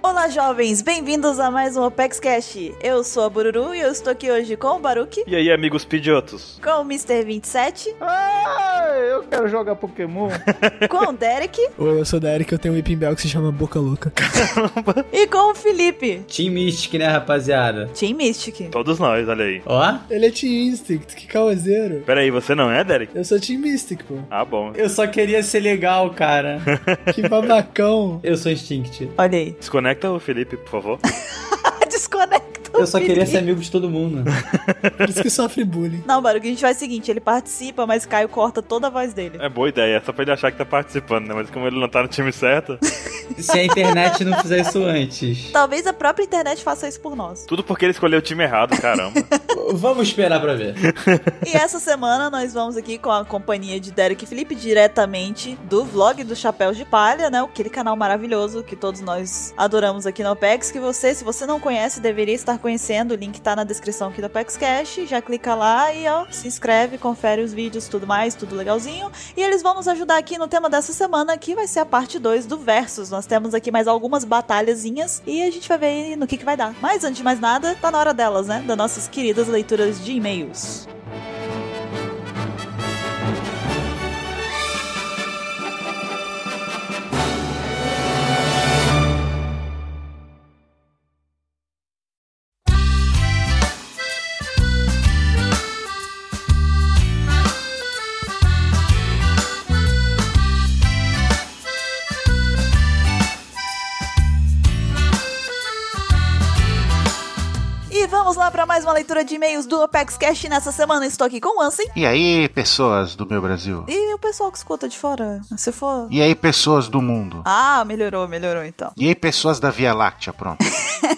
Olá, jovens, bem-vindos a mais um Opex Cash. Eu sou a Bururu e eu estou aqui hoje com o Baruque, E aí, amigos pediotos? com o Mr. 27, Ah, eu quero jogar Pokémon. com o Derek Oi, eu sou da Eric, eu tenho um Ipinbel que se chama Boca Louca. e com o Felipe. Team Mystic, né, rapaziada? Team Mystic. Todos nós, olha aí. Ó, Ele é Team Instinct, que causeiro. Pera aí, você não é, Derek? Eu sou Team Mystic, pô. Ah, bom. eu só queria ser legal, cara. Que babacão. Eu sou Instinct. Olha aí. Desconecta o Felipe, por favor. Desconecta o Eu só queria Felipe. ser amigo de todo mundo. Por isso que sofre bullying. Não, Baruque, a gente faz o seguinte, ele participa, mas Caio corta toda a voz dele. É boa ideia, só pra ele achar que tá participando, né? Mas como ele não tá no time certo, Se a internet não fizer isso antes. Talvez a própria internet faça isso por nós. tudo porque ele escolheu o time errado, caramba. Vamos esperar pra ver. E essa semana nós vamos aqui com a companhia de Derek e Felipe diretamente do vlog do Chapéu de Palha, né? Aquele canal maravilhoso que todos nós adoramos aqui no Apex, que você, se você não conhece, deveria estar conhecendo. O link tá na descrição aqui do Apex Cash, já clica lá e ó, se inscreve, confere os vídeos, tudo mais, tudo legalzinho. E eles vão nos ajudar aqui no tema dessa semana, que vai ser a parte 2 do Versus. Nós temos aqui mais algumas batalhazinhas e a gente vai ver aí no que que vai dar. Mas antes de mais nada, tá na hora delas, né? Das nossas queridas leituras de e-mails. E vamos lá para mais uma leitura de e-mails do Opex Cash. Nessa semana estou aqui com o Ansem E aí, pessoas do meu Brasil? e o pessoal que escuta de fora. Se for. E aí, pessoas do mundo? Ah, melhorou, melhorou então. E aí, pessoas da Via Láctea, pronto.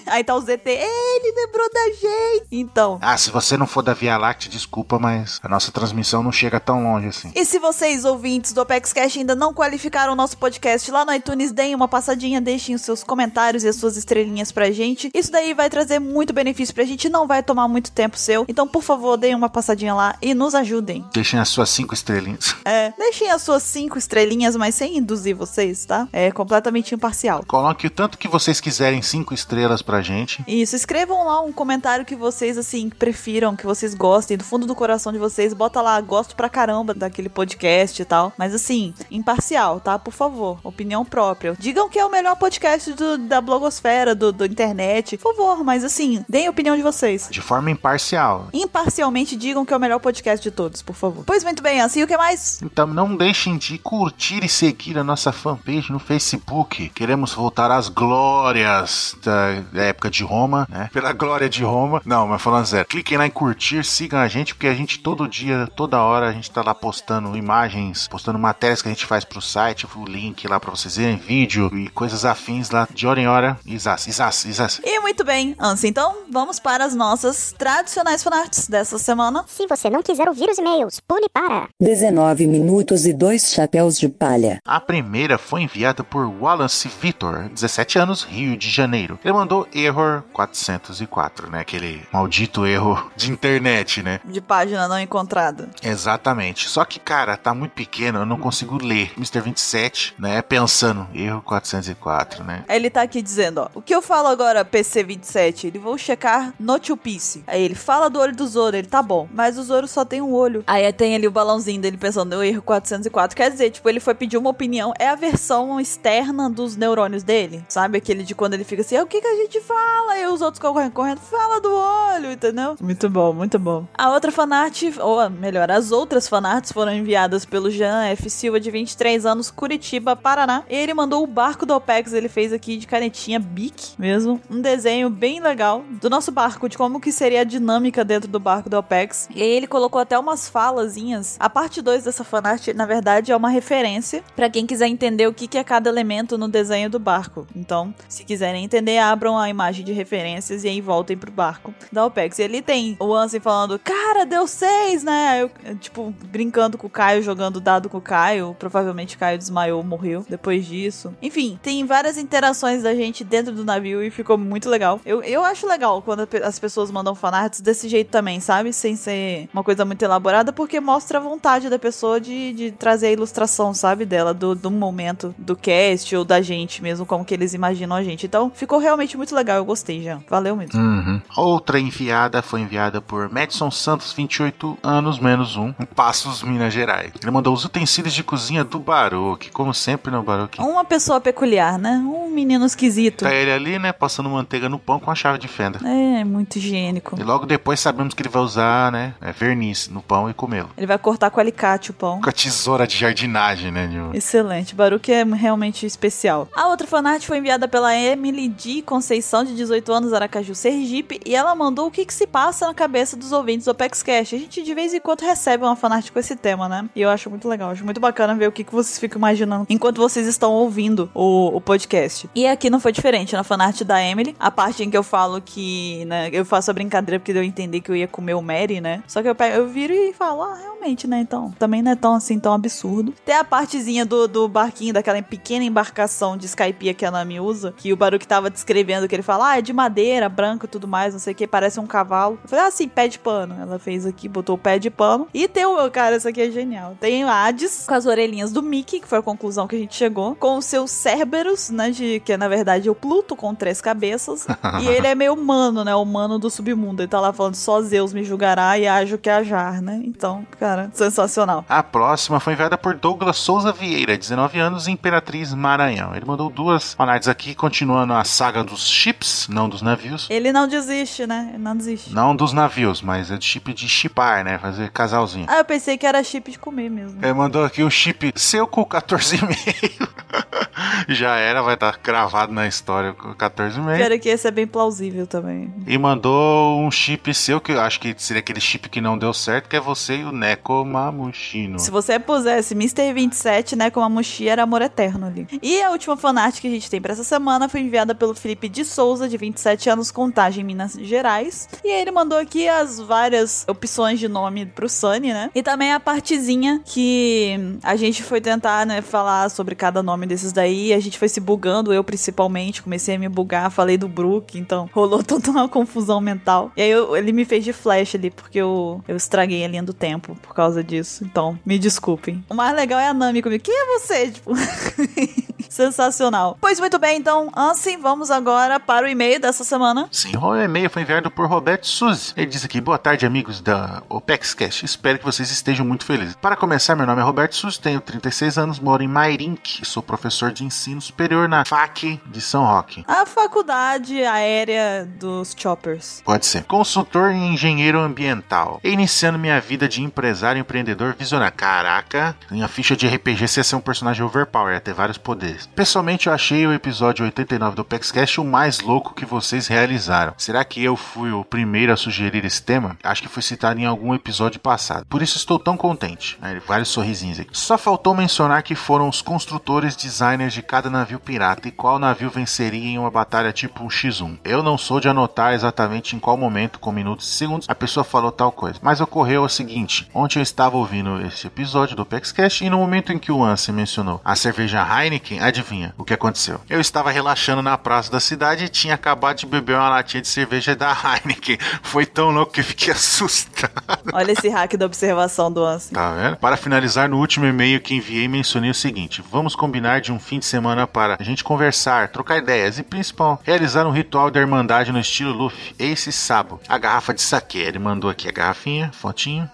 Aí tá o ZT. Ele lembrou da gente! Então. Ah, se você não for da Via Láctea, desculpa, mas a nossa transmissão não chega tão longe assim. E se vocês, ouvintes do Opex Cash, ainda não qualificaram o nosso podcast lá no iTunes, deem uma passadinha, deixem os seus comentários e as suas estrelinhas pra gente. Isso daí vai trazer muito benefício pra gente, não vai tomar muito tempo seu. Então, por favor, deem uma passadinha lá e nos ajudem. Deixem as suas cinco estrelinhas. É, deixem as suas cinco estrelinhas, mas sem induzir vocês, tá? É completamente imparcial. Coloque o tanto que vocês quiserem cinco estrelas pra gente. Isso, escrevam lá um comentário que vocês, assim, prefiram, que vocês gostem, do fundo do coração de vocês, bota lá, gosto pra caramba daquele podcast e tal. Mas assim, imparcial, tá? Por favor, opinião própria. Digam que é o melhor podcast do- da blogosfera, do, do internet. Por favor, mas assim, deem a opinião de vocês. De forma imparcial. Imparcialmente digam que é o melhor podcast de todos, por favor. Pois muito bem, assim, o que mais? Então não deixem de curtir e seguir a nossa fanpage no Facebook. Queremos voltar às glórias da da época de Roma, né? Pela glória de Roma. Não, mas falando sério, cliquem lá em curtir, sigam a gente, porque a gente todo dia, toda hora, a gente tá lá postando imagens, postando matérias que a gente faz pro site, o link lá pra vocês verem, vídeo e coisas afins lá de hora em hora. Isas, isas, isas. E muito bem, Ansa, então vamos para as nossas tradicionais fanarts dessa semana. Se você não quiser ouvir os e-mails, pule para. 19 minutos e dois chapéus de palha. A primeira foi enviada por Wallace Vitor, 17 anos, Rio de Janeiro. Ele mandou Error 404, né? Aquele maldito erro de internet, né? De página não encontrada. Exatamente. Só que, cara, tá muito pequeno, eu não consigo ler. Mr. 27, né? Pensando, erro 404, né? Aí ele tá aqui dizendo, ó. O que eu falo agora, PC27? Ele vou checar no Two Piece. Aí ele fala do olho do Zoro, ele tá bom. Mas o Zoro só tem um olho. Aí tem ali o balãozinho dele pensando, eu erro 404. Quer dizer, tipo, ele foi pedir uma opinião. É a versão externa dos neurônios dele. Sabe? Aquele de quando ele fica assim, é o que que a gente fala? E os outros correndo, correndo, fala do olho, entendeu? Muito bom, muito bom. A outra fanart, ou melhor, as outras fanarts foram enviadas pelo Jean F. Silva, de 23 anos, Curitiba, Paraná. E ele mandou o barco do Opex, ele fez aqui de canetinha Bic mesmo. Um desenho bem legal do nosso barco, de como que seria a dinâmica dentro do barco do Opex. E aí ele colocou até umas falazinhas. A parte 2 dessa fanart, na verdade, é uma referência pra quem quiser entender o que, que é cada elemento no desenho do barco. Então, se quiserem entender, abram a imagem de referências e aí voltem pro barco da OPEX. E ali tem o Ansem falando, cara, deu seis, né? Eu, eu, tipo, brincando com o Caio, jogando dado com o Caio. Provavelmente o Caio desmaiou, morreu depois disso. Enfim, tem várias interações da gente dentro do navio e ficou muito legal. Eu, eu acho legal quando a pe- as pessoas mandam fanarts desse jeito também, sabe? Sem ser uma coisa muito elaborada, porque mostra a vontade da pessoa de, de trazer a ilustração, sabe? Dela, do, do momento do cast ou da gente mesmo, como que eles imaginam a gente. Então, ficou realmente muito legal. Eu gostei, já. Valeu mesmo. Uhum. Outra enviada foi enviada por Madison Santos, 28 anos menos um, em Passos, Minas Gerais. Ele mandou os utensílios de cozinha do Baroque, como sempre né, no Baroque. Uma pessoa peculiar, né? Um menino esquisito. Hum. Tá ele ali, né, passando manteiga no pão com a chave de fenda. É, muito higiênico. E logo depois sabemos que ele vai usar, né, é, verniz no pão e comê-lo. Ele vai cortar com alicate o pão. Com a tesoura de jardinagem, né, de... Excelente, Baruque é realmente especial. A outra fanart foi enviada pela Emily D. Conceição, de 18 anos, Aracaju, Sergipe, e ela mandou o que, que se passa na cabeça dos ouvintes do Apex Cash. A gente de vez em quando recebe uma fanart com esse tema, né? E eu acho muito legal, acho muito bacana ver o que, que vocês ficam imaginando enquanto vocês estão ouvindo o, o podcast. E aqui não foi diferente, na fanart da Emily, a parte em que eu falo que, né, eu faço a brincadeira porque deu a entender que eu ia comer o Mary, né? Só que eu, pego, eu viro e falo, ah, realmente, né? Então, também não é tão assim, tão absurdo. Tem a partezinha do, do barquinho, daquela pequena embarcação de Skypiea que a Nami usa, que o Baruque tava descrevendo, que ele fala, ah, é de madeira, branco e tudo mais, não sei o que, parece um cavalo. Eu falei, ah, sim, pé de pano. Ela fez aqui, botou o pé de pano. E tem o, cara, essa aqui é genial. Tem o Hades com as orelhinhas do Mickey, que foi a conclusão que a gente chegou, com o seu Cerberus, né? De, que é, na verdade, é o Pluto com três cabeças. e ele é meio humano, né? Humano do submundo. Ele tá lá falando, só Zeus me julgará e ajo que ajar, né? Então, cara, sensacional. A próxima foi enviada por Douglas Souza Vieira, 19 anos, Imperatriz Maranhão. Ele mandou duas fanarts aqui, continuando a saga dos chips, não dos navios. Ele não desiste, né? Ele não desiste. Não dos navios, mas é de chip de chipar, né? Fazer casalzinho. Ah, eu pensei que era chip de comer mesmo. Ele mandou aqui o chip seu com 14,5. Já era, vai estar cravado na história com 14,5. Quero que esse é bem plausível também. E mandou um chip seu, que eu acho que seria aquele chip que não deu certo, que é você e o Neko Mamushino. Se você pusesse Mr. 27, né, com a Mushi, era amor eterno ali. E a última fanart que a gente tem pra essa semana foi enviada pelo Felipe de Souza, de 27 anos, Contagem, Minas Gerais. E ele mandou aqui as várias opções de nome pro Sunny, né? E também a partezinha que a gente foi tentar, né, falar sobre cada nome desses daí. A gente foi se bugando, eu principalmente, comecei a me bugar, falei do Brook, então rolou toda uma confusão mental. E aí eu- ele me fez de flash ali, porque eu, eu estraguei a linha do tempo por causa disso. Então, me desculpem. O mais legal é a Nami comigo. Quem é você? Tipo. Sensacional. Pois muito bem, então, assim, vamos agora para o e-mail dessa semana. Sim, o e-mail foi enviado por Roberto Suzy. Ele diz aqui: Boa tarde, amigos da OpexCast. Espero que vocês estejam muito felizes. Para começar, meu nome é Roberto Suzy, tenho 36 anos, moro em Mairink. Sou professor de ensino superior na FAC de São Roque. A faculdade aérea dos Choppers. Pode ser. Consultor e engenheiro ambiental. Iniciando minha vida de empresário, empreendedor, visionário. Caraca, minha ficha de RPG você ia ser um personagem overpower, ia ter vários poderes. Pessoalmente, eu achei o episódio 89 do PEXCast o mais louco que vocês realizaram. Será que eu fui o primeiro a sugerir esse tema? Acho que fui citado em algum episódio passado. Por isso estou tão contente. Aí, vários sorrisinhos aqui. Só faltou mencionar que foram os construtores designers de cada navio pirata e qual navio venceria em uma batalha tipo um X1. Eu não sou de anotar exatamente em qual momento, com minutos e segundos, a pessoa falou tal coisa. Mas ocorreu o seguinte: ontem eu estava ouvindo esse episódio do PEXCast e no momento em que o Ansem mencionou a cerveja Heineken, adivinha o que aconteceu? Eu estava relaxando na praça da cidade e tinha acabado de beber uma latinha de cerveja da Heineken. Foi tão louco que eu fiquei assustado. Olha esse hack da observação do Ansem. Tá vendo? Para finalizar, no último e-mail que enviei, mencionei o seguinte: vamos combinar de um fim de semana para a gente conversar, trocar ideias e, principal, realizar um ritual da Irmandade no estilo Luffy. Esse sábado, a garrafa de saque. Ele mandou aqui a garrafinha, fotinho.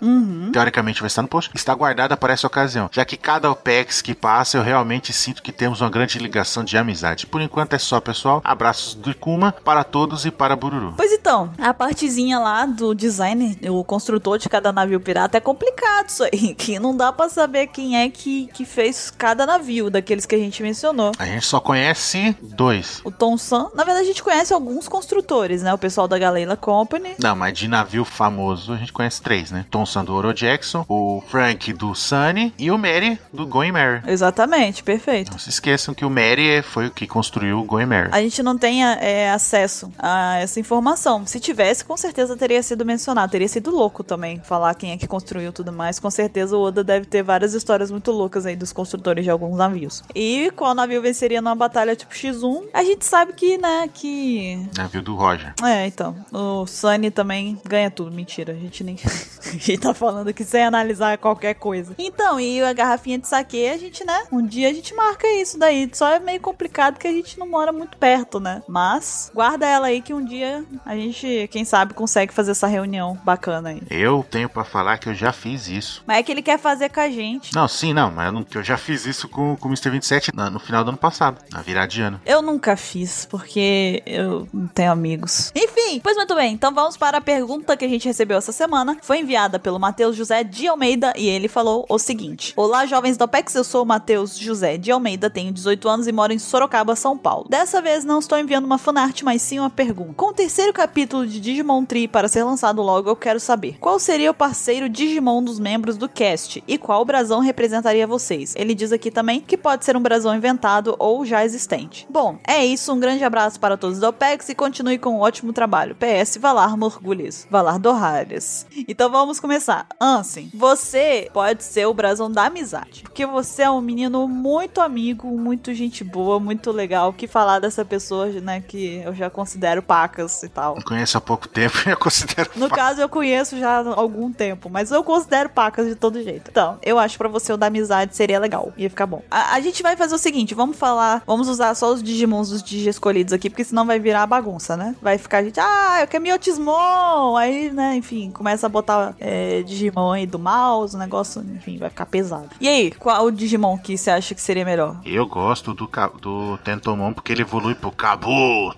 Teoricamente vai estar no post. Está guardada para essa ocasião, já que cada OPEX que passa eu realmente sinto que temos uma grande ligação de amizade. Por enquanto é só, pessoal. Abraços do Kuma para todos e para Bururu. Pois então, a partezinha lá do designer, o construtor de cada navio pirata, é complicado isso aí, que não dá pra saber quem é que, que fez cada navio daqueles que a gente mencionou. A gente só conhece dois. O Tom San, na verdade a gente conhece alguns construtores, né? O pessoal da Galeila Company. Não, mas de navio famoso a gente conhece três, né? Thompson do Oro Jackson, o Frank do Sunny e o Mary do Going Mary. Exatamente, perfeito. Não se esqueça. esqueçam que o Mary foi o que construiu o Going Mary. A gente não tem é, acesso a essa informação. Se tivesse, com certeza teria sido mencionado. Teria sido louco também falar quem é que construiu e tudo mais. Com certeza o Oda deve ter várias histórias muito loucas aí dos construtores de alguns navios. E qual navio venceria numa batalha tipo X1? A gente sabe que, né, que. Navio do Roger. É, então. O Sunny também ganha tudo. Mentira, a gente nem. a gente tá falando aqui sem analisar qualquer coisa. Então, e a garrafinha de saque, a gente, né? Um dia a gente marca isso daí. Só é meio complicado que a gente não mora muito perto, né? Mas guarda ela aí que um dia a gente, quem sabe, consegue fazer essa reunião bacana aí. Eu tenho pra falar que eu já fiz isso. Mas é que ele quer fazer com a gente. né? Não, sim, não, mas eu, não- que eu já fiz isso com, com o Mr. 27 na- no final do ano passado, na virada de ano. Eu nunca fiz, porque eu não tenho amigos. Enfim, pois muito bem, então vamos para a pergunta que a gente recebeu essa semana. Foi enviada pelo Matheus José de Almeida e ele falou o seguinte: Olá, jovens do OPEX, eu sou o Matheus José de Almeida, tenho 18 anos e moro em Sorocaba, São Paulo. Dessa vez não estou enviando uma fanart, mas sim uma pergunta. Com o terceiro capítulo de Digimon Tree para ser lançado logo, eu quero saber qual seria o parceiro Digimon dos membros do cast e qual brasão representaria vocês. Ele diz aqui também que pode ser um brasão inventado ou já existente. Bom, é isso. Um grande abraço para todos do OPEX e continue com um ótimo trabalho. PS, Valar Morgulhes. Valar Dorralhes. Então vamos começar. Ansem, você pode ser o brasão da amizade. Porque você é um menino muito amigo, muito gente boa, muito legal. Que falar dessa pessoa, né, que eu já considero pacas e tal. Eu conheço há pouco tempo e eu considero. No fa- caso, eu conheço já há algum tempo, mas eu considero pacas de todo jeito. Então, eu acho pra você o da amizade seria legal. Ia ficar bom. A, a gente vai fazer o seguinte: vamos falar, vamos usar só os Digimons dos Digi escolhidos aqui, porque senão vai virar bagunça, né? Vai ficar a gente, ah, eu quero Miotismon! Aí, né, enfim, começa a botar é, Digimon aí do mouse, o negócio, enfim, vai ficar pesado. E aí, qual o Digimon que você acha que seria melhor? Eu gosto do, ca- do Tentomon porque ele evolui pro Cabu,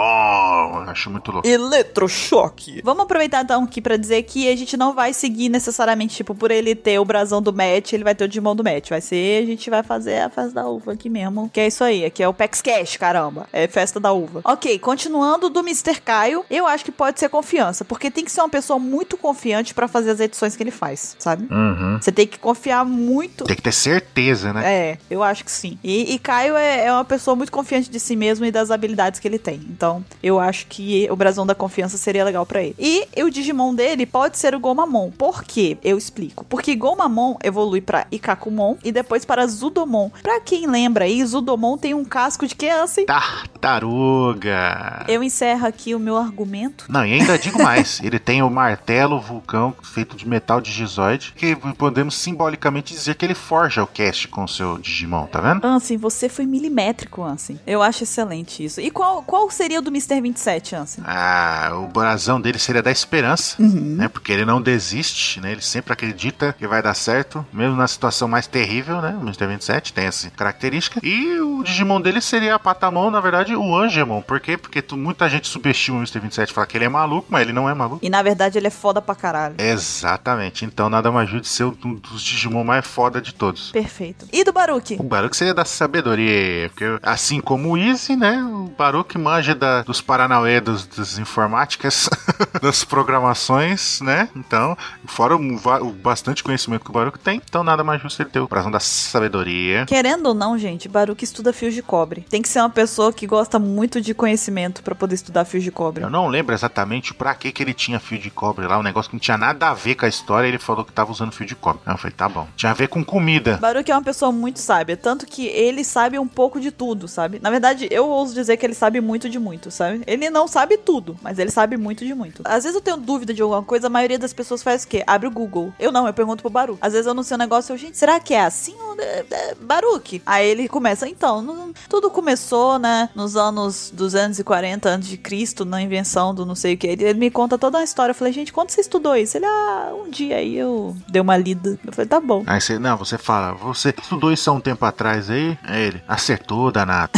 Terimon. Eu acho muito louco. Eletrochoque. Vamos aproveitar então aqui pra dizer que a gente não vai seguir necessariamente, tipo, por ele ter o brasão do match, ele vai ter o Digimon do match. Vai ser, a gente vai fazer a festa da uva aqui mesmo. Que é isso aí, aqui é o Pax Cash, caramba. É festa da uva. Ok, continuando do Mr. Caio, eu acho que pode ser confiança, porque tem que ser uma pessoa muito confiante pra fazer as edições que ele faz, sabe? Uhum. Você tem que confiar muito. Tem que ter certeza, né? É, eu acho que sim. E, e Caio é, é uma pessoa muito confiante de si mesmo e das habilidades que ele tem. Então, eu acho que o brasão da confiança seria legal pra ele. E o Digimon dele pode ser o Gomamon. Por quê? Eu explico. Porque Gomamon evolui pra Ikakumon e depois para Zudomon. Pra quem lembra aí, Zudomon tem um casco de que assim? Tartaruga. Eu encerro aqui o meu argumento. Não, e ainda digo mais, ele tem o martelo vulcão feito de metal digizoide, que podemos simbolicamente dizer que ele forja o cast com o seu Digimon, tá vendo? Ansem, você foi milimétrico, Ansem. Eu acho excelente isso. E qual, qual seria o do Mr. 27, Ansem? Ah, o brasão dele seria da esperança, Uhum. né? Porque ele não desiste, né? Ele sempre acredita que vai dar certo, mesmo na situação mais terrível, né? O Mr. 27 tem essa característica. E o Digimon dele seria a Patamon, na verdade, o Angemon. Por quê? Porque tu- muita gente subestima o Mr. 27 e fala que ele é maluco, mas ele não é maluco. E na verdade ele é foda pra caralho. Exatamente, então nada mais justo de ser um dos Digimon mais foda de todos. Perfeito. E do Baruque? O Baruque seria da sabedoria, porque assim como o Easy, né, o Baruque manja da- dos paranauê, dos, das informáticas, das programações, né, então, fora o, va- o bastante conhecimento que o Baruque tem, então nada mais justo ele ter o coração da sabedoria. Querendo ou não, gente, Baruque estuda fios de cobre. Tem que ser uma pessoa que gosta muito de conhecimento pra poder estudar fios de cobre. Eu não lembro exatamente pra que que ele tinha fio de cobre lá, um negócio que não tinha nada a ver com a história, ele falou que tava usando fio de cobre. Aí Eu falei, tá bom. Tinha a ver com comida. Baruque é uma pessoa muito sábia, tanto que ele sabe um pouco de tudo, sabe? Na verdade, eu ouso dizer que ele sabe muito de muito, sabe? Ele não sabe tudo, mas ele sabe muito de muito. Às vezes eu tenho dúvida de alguma coisa, a maioria das pessoas faz o quê? Abre o Google. Eu não, eu pergunto pro Baruque. Às vezes eu não sei um negócio, eu, gente, será que é assim? ou- é- é- Baruque. Aí ele começa, então, não- tudo começou, né, nos anos 240 antes de Cristo, na invenção do não sei o que. Ele, ele me conta toda a história. Eu falei, gente, quando você estudou isso? Ele, ah, um dia aí eu dei uma lida. Eu falei, tá bom. Aí você, não, você fala, você estudou isso há um tempo atrás aí? Aí ele, acertou, danado.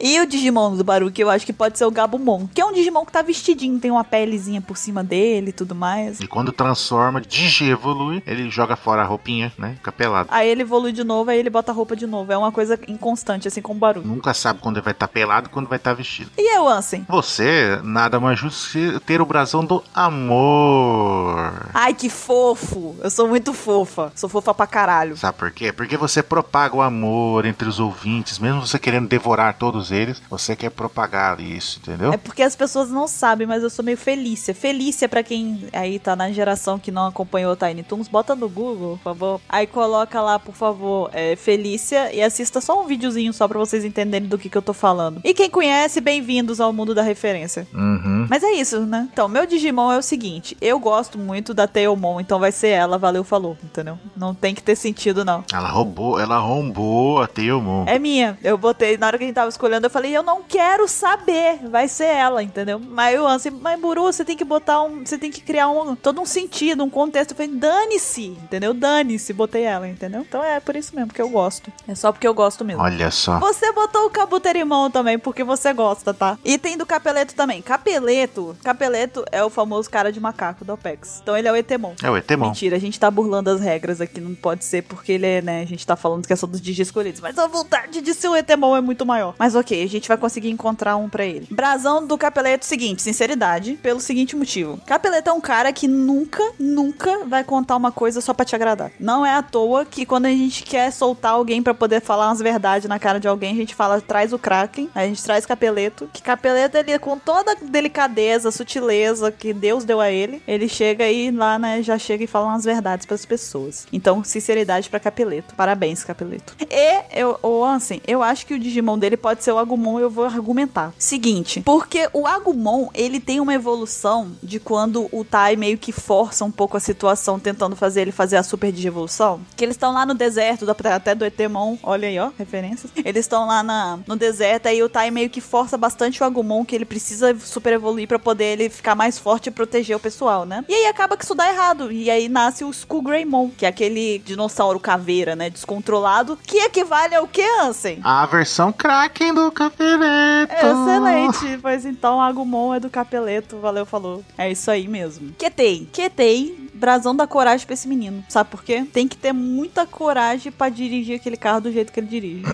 E o Digimon do Baruque, eu acho que pode ser o Gabumon, que é um Digimon que tá vestidinho, tem uma pelezinha por cima dele e tudo mais. E quando transforma, digievolui, ele joga fora a roupinha, né? Fica pelado. Aí ele evolui de novo, aí ele bota a roupa de novo. É uma coisa inconstante, assim como o Baruque. Nunca sabe quando ele vai estar pelado e quando vai estar vestido. E eu, assim? Ansem? Você, nada mais justo que ter o brasão do amor. Ai, que fofo! Eu sou muito fofa. Sou fofa pra caralho. Sabe por quê? Porque você propaga o amor, entre os ouvintes, mesmo você querendo devorar todos eles, você quer propagar isso, entendeu? É porque as pessoas não sabem, mas eu sou meio Felícia. Felícia, pra quem aí tá na geração que não acompanhou o Tiny Toons, bota no Google, por favor. Aí coloca lá, por favor, é, Felícia e assista só um videozinho só pra vocês entenderem do que, que eu tô falando. E quem conhece, bem-vindos ao mundo da referência. Uhum. Mas é isso, né? Então, meu Digimon é o seguinte: eu gosto muito da Teomon, então vai ser ela, valeu, falou, entendeu? Não tem que ter sentido, não. Ela roubou, ela rombou a Teomon. É minha. Eu botei, na hora que a gente tava escolhendo, eu falei, eu não quero saber. Vai ser ela, entendeu? Mas o Ansem, mas Buru, você tem que botar um. Você tem que criar um todo um sentido, um contexto. Eu falei, dane-se, entendeu? Dane-se, botei ela, entendeu? Então é por isso mesmo que eu gosto. É só porque eu gosto mesmo. Olha só. Você botou o Cabuterimão também, porque você gosta, tá? E tem do Capeleto também. Capeleto. Capeleto é o famoso cara de macaco do Apex. Então ele é o Etemon. É o Etemon. Mentira, a gente tá burlando as regras aqui, não pode ser porque ele é, né? A gente tá falando que é só dos digi escolhidos. Mas a vontade de ser o Etemon é muito maior. Mas ok, a gente vai conseguir encontrar um pra ele. Brasão do Capeleto, seguinte, sinceridade, pelo seguinte motivo. Capeleto é um cara que nunca, nunca vai contar uma coisa só pra te agradar. Não é à toa que quando a gente quer soltar alguém pra poder falar umas verdades na cara de alguém, a gente fala, traz o Kraken, aí a gente traz Capeleto, que Capeleto, ele com toda a delicadeza, sutileza que Deus deu a ele, ele chega e lá, né, já chega e fala umas verdades pras pessoas. Então, sinceridade pra Capeleto. Parabéns, Capeleto. E, eu, o Ansem, eu acho que o Digimon dele pode ser o Agumon eu vou argumentar. Seguinte, porque o Agumon, ele tem uma evolução de quando o Tai meio que força um pouco a situação, tentando fazer ele fazer a super digievolução. Que eles estão lá no deserto, dá pra- até do Etemon, olha aí, ó, referências. Eles estão lá na, no deserto, aí o Tai meio que força bastante o Agumon, que ele precisa super evoluir pra poder ele ficar mais forte e proteger o pessoal, né? E aí acaba que isso dá errado, e aí nasce o Skullgreymon, que é aquele dinossauro caveira, né, descontrolado, que equivale ao que, Ansem? A versão Kraken do Capeleto. É, Ah. Excelente, pois então Agumon é do Capeleto, valeu, falou. É isso aí mesmo. Ketei, Ketei, brasão da coragem pra esse menino. Sabe por quê? Tem que ter muita coragem pra dirigir aquele carro do jeito que ele dirige.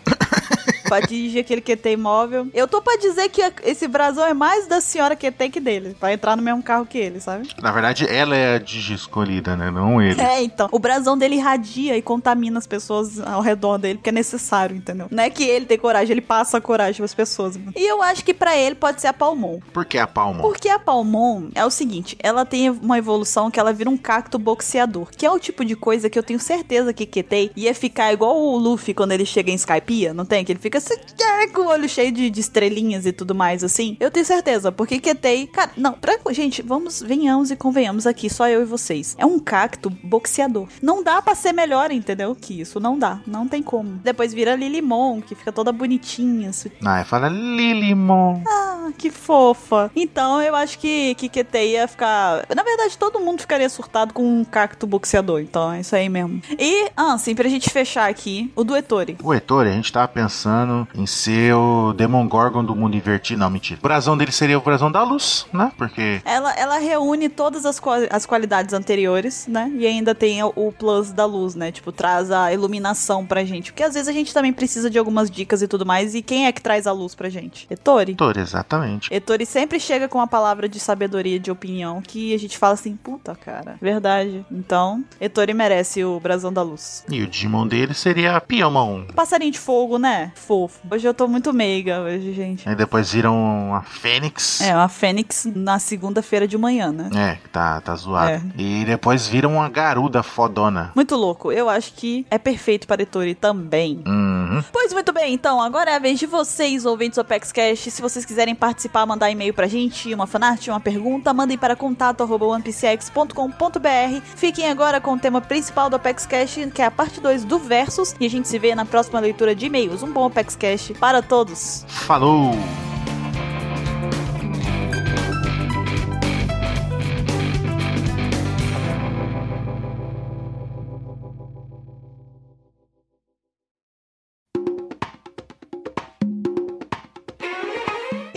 pra dirigir aquele QT imóvel. Eu tô pra dizer que a- esse brasão é mais da senhora QT que dele. Pra entrar no mesmo carro que ele, sabe? Na verdade, ela é a Digi escolhida, né? Não ele. É, então. O brasão dele irradia e contamina as pessoas ao redor dele, porque é necessário, entendeu? Não é que ele tem coragem, ele passa a coragem pras pessoas. E eu acho que pra ele pode ser a Palmon. Por que a Palmon? Porque a Palmon é o seguinte, ela tem uma evolução que ela vira um cacto boxeador, que é o tipo de coisa que eu tenho certeza que Ketei ia ficar igual o Luffy quando ele chega em Skypiea, não tem? Que ele fica assim, é, com o olho cheio de, de estrelinhas e tudo mais assim. Eu tenho certeza, porque Ketei, cara, não, pra, gente, vamos, venhamos e convenhamos aqui, só eu e vocês. É um cacto boxeador. Não dá pra ser melhor, entendeu? Que isso, não dá, não tem como. Depois vira Lilimon, que fica toda bonitinha, su- Ah, fala Lilimon. ah, que fofa. Então eu acho que que Ketei ia ficar. Na verdade, todo mundo ficaria surtado com um cacto boxeador. Então é isso aí mesmo. E, assim, pra gente fechar aqui, o Duetori. O Ettore, a gente tava pensando em ser o Demogorgon do mundo invertido. Não, mentira. O brasão dele seria o brasão da luz, né? Porque Ela, ela reúne todas as, qua- as qualidades anteriores, né? E ainda tem o, o plus da luz, né? Tipo, traz a iluminação pra gente. Porque às vezes a gente também precisa de algumas dicas e tudo mais. E quem é que traz a luz pra gente? Etori? Ettore, exatamente. Ettore sempre chega com uma palavra de sabedoria, de opinião, que a gente fala assim, puta, cara, verdade. Então, Ettore merece o brasão da luz. E o Digimon dele seria a um. Piamon. Passarinho de fogo, né? Fofo. Hoje eu tô muito meiga hoje, gente. Aí depois viram a Fênix. É, uma fênix na segunda-feira de manhã, né? É, que tá, tá zoado. É. E depois viram uma garuda fodona. Muito louco. Eu acho que é perfeito para Ettore também. Uhum. Pois muito bem, então, agora é a vez de vocês, ouvintes do Apex Cash. Se vocês quiserem participar, mandar e-mail pra gente, uma fanart, uma pergunta, mandem para contato arroba onepcx.com.br. Fiquem agora com o tema principal do Apex Cash, que é a parte 2 do Versus, e a gente se vê na próxima leitura de e-mails. Um bom Apex Cash para todos! Falou!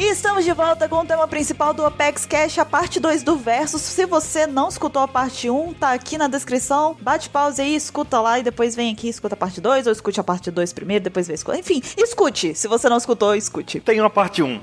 E estamos de volta com o tema principal do Apex Cash, a parte 2 do Versus. Se você não escutou a parte 1, tá aqui na descrição. Bate pause aí, escuta lá e depois vem aqui, e escuta a parte 2, ou escute a parte 2 primeiro, depois vem escuta. Enfim, escute. Se você não escutou, escute. Tem uma parte 1.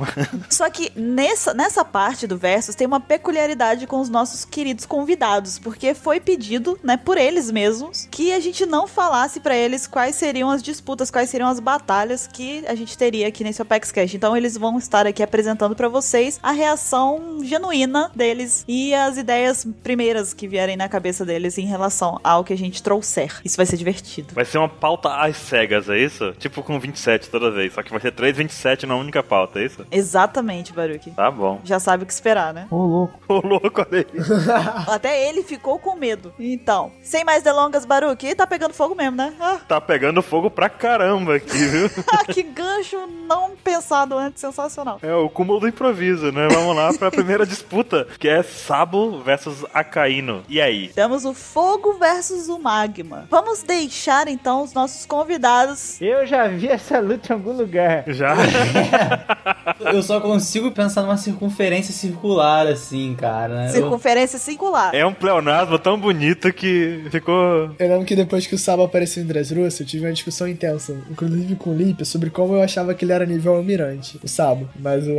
Só que nessa, nessa parte do Versus tem uma peculiaridade com os nossos queridos convidados, porque foi pedido, né, por eles mesmos, que a gente não falasse pra eles quais seriam as disputas, quais seriam as batalhas que a gente teria aqui nesse Apex Cash. Então eles vão estar aqui apresentando pra vocês a reação genuína deles e as ideias primeiras que vierem na cabeça deles em relação ao que a gente trouxer. Isso vai ser divertido. Vai ser uma pauta às cegas, é isso? Tipo com 27 toda vez. Só que vai ser 3,27 na única pauta, é isso? Exatamente, Baruque. Tá bom. Já sabe o que esperar, né? Ô, louco. Ô, louco, olha aí. Até ele ficou com medo. Então, sem mais delongas, Baruque, tá pegando fogo mesmo, né? Ah, Tá pegando fogo pra caramba aqui, viu? que gancho não pensado antes, sensacional. É o cúmulo do improviso, né? Vamos lá pra primeira disputa, que é Sabo versus Acaíno. E aí? Temos o fogo versus o magma. Vamos deixar então os nossos convidados. Eu já vi essa luta em algum lugar. Já? Eu só consigo pensar numa circunferência circular, assim, cara. né? Eu- Circunferência singular. É um pleonasmo tão bonito que ficou. Eu lembro que depois que o Saba apareceu em Dressrosa, eu tive uma discussão intensa, inclusive com o Lipe, sobre como eu achava que ele era nível almirante, o Saba. Mas o,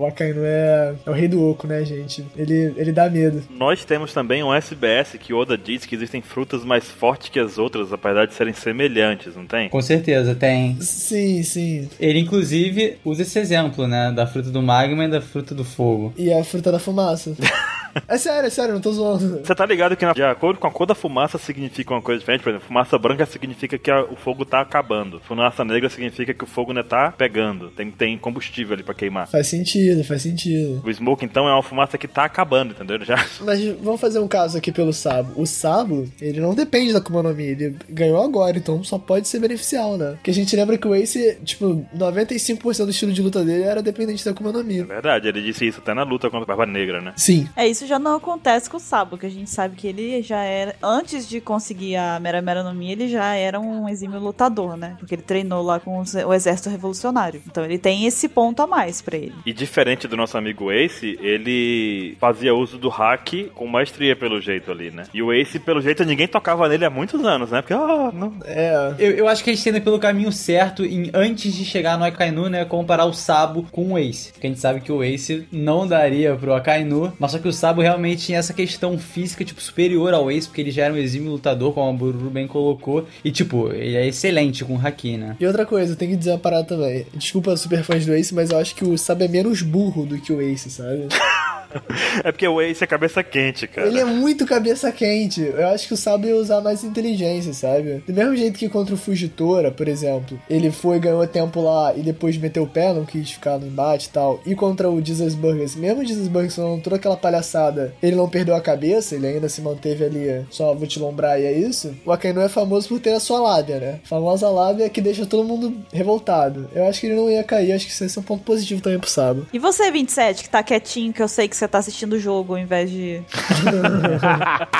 o Akainu é, é o rei do oco, né, gente? Ele, ele dá medo. Nós temos também um SBS que Oda diz que existem frutas mais fortes que as outras, apesar de serem semelhantes, não tem? Com certeza, tem. Sim, sim. Ele, inclusive, usa esse exemplo, né? Da fruta do magma e da fruta do fogo. E a fruta da fumaça. é sério, é sério, não tô zoando. Você tá ligado que na- de acordo com a cor da fumaça significa uma coisa diferente? Por exemplo, fumaça branca significa que a- o fogo tá acabando. Fumaça negra significa que o fogo ainda tá pegando. Tem, tem combustível ali pra queimar. Faz sentido, faz sentido. O smoke, então, é uma fumaça que tá acabando, entendeu? Já. Mas vamos fazer um caso aqui pelo Sabo. O Sabo, ele não depende da Akuma no Mi, ele ganhou agora, então só pode ser beneficial, né? Porque a gente lembra que o Ace, tipo, 95% do estilo de luta dele era dependente da Akuma no É Mi. verdade, ele disse isso até na luta contra a Barba Negra, né? Sim. É, isso já não acontece com o Sabo, que a gente sabe que ele já era. Antes de conseguir a Mera Mera no Mi, ele já era um exímio lutador, né? Porque ele treinou lá com os- o exército revolucionário. Então ele tem esse ponto a mais pra ele. E diferente do nosso amigo Ace, ele fazia uso do hack com maestria, pelo jeito ali, né? E o Ace, pelo jeito, ninguém tocava nele há muitos anos, né? Porque, ah, não. É. Eu, eu acho que a gente tá indo pelo caminho certo em, antes de chegar no Akainu, né? Comparar o Sabo com o Ace. Porque a gente sabe que o Ace não daria pro Akainu, mas só que o Sabo realmente tinha essa questão física, tipo, superior ao Ace, porque ele já era um exímio lutador, como a Bururu bem colocou. E, tipo, ele é excelente com o Haki, né? E outra coisa, eu tenho que dizer uma parada também. Desculpa, super fãs do Ace, mas eu acho que o Sabo é menos burro do que o Ace, sabe? É porque o Ace é cabeça quente, cara. Ele é muito cabeça quente. Eu acho que o Sabo ia usar mais inteligência, sabe? Do mesmo jeito que contra o Fugitora, por exemplo, ele foi, ganhou tempo lá e depois meteu o pé, não quis ficar no embate e tal. E contra o Jesus Burgers, mesmo o Jesus Burgers falando toda aquela palhaçada, ele não perdeu a cabeça, ele ainda se manteve ali, só vou te lombrar e é isso. O Akainu é famoso por ter a sua lábia, né? A famosa lábia que deixa todo mundo revoltado. Eu acho que ele não ia cair, acho que isso ia ser um ponto positivo também pro Sabo. E você, 27, que tá quietinho, que eu sei que você tá assistindo o jogo ao invés de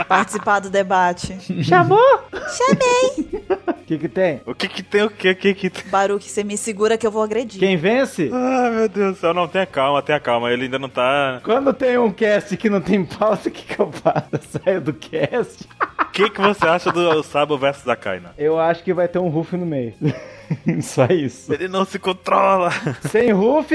participar do debate. Chamou? Chamei! O que que tem? um O que que tem, o que, o que que tem? Baruque, você me segura que eu vou agredir. Quem vence? Ah, meu Deus do céu, não, tenha calma, tenha calma, ele ainda não tá... Quando tem um cast que não tem pauta, o que que eu faço? Eu saio do cast? O que que você acha do Sabo versus Akaina? Eu acho que vai ter um Ruf no meio. Só isso. Ele não se controla! Sem Ruf,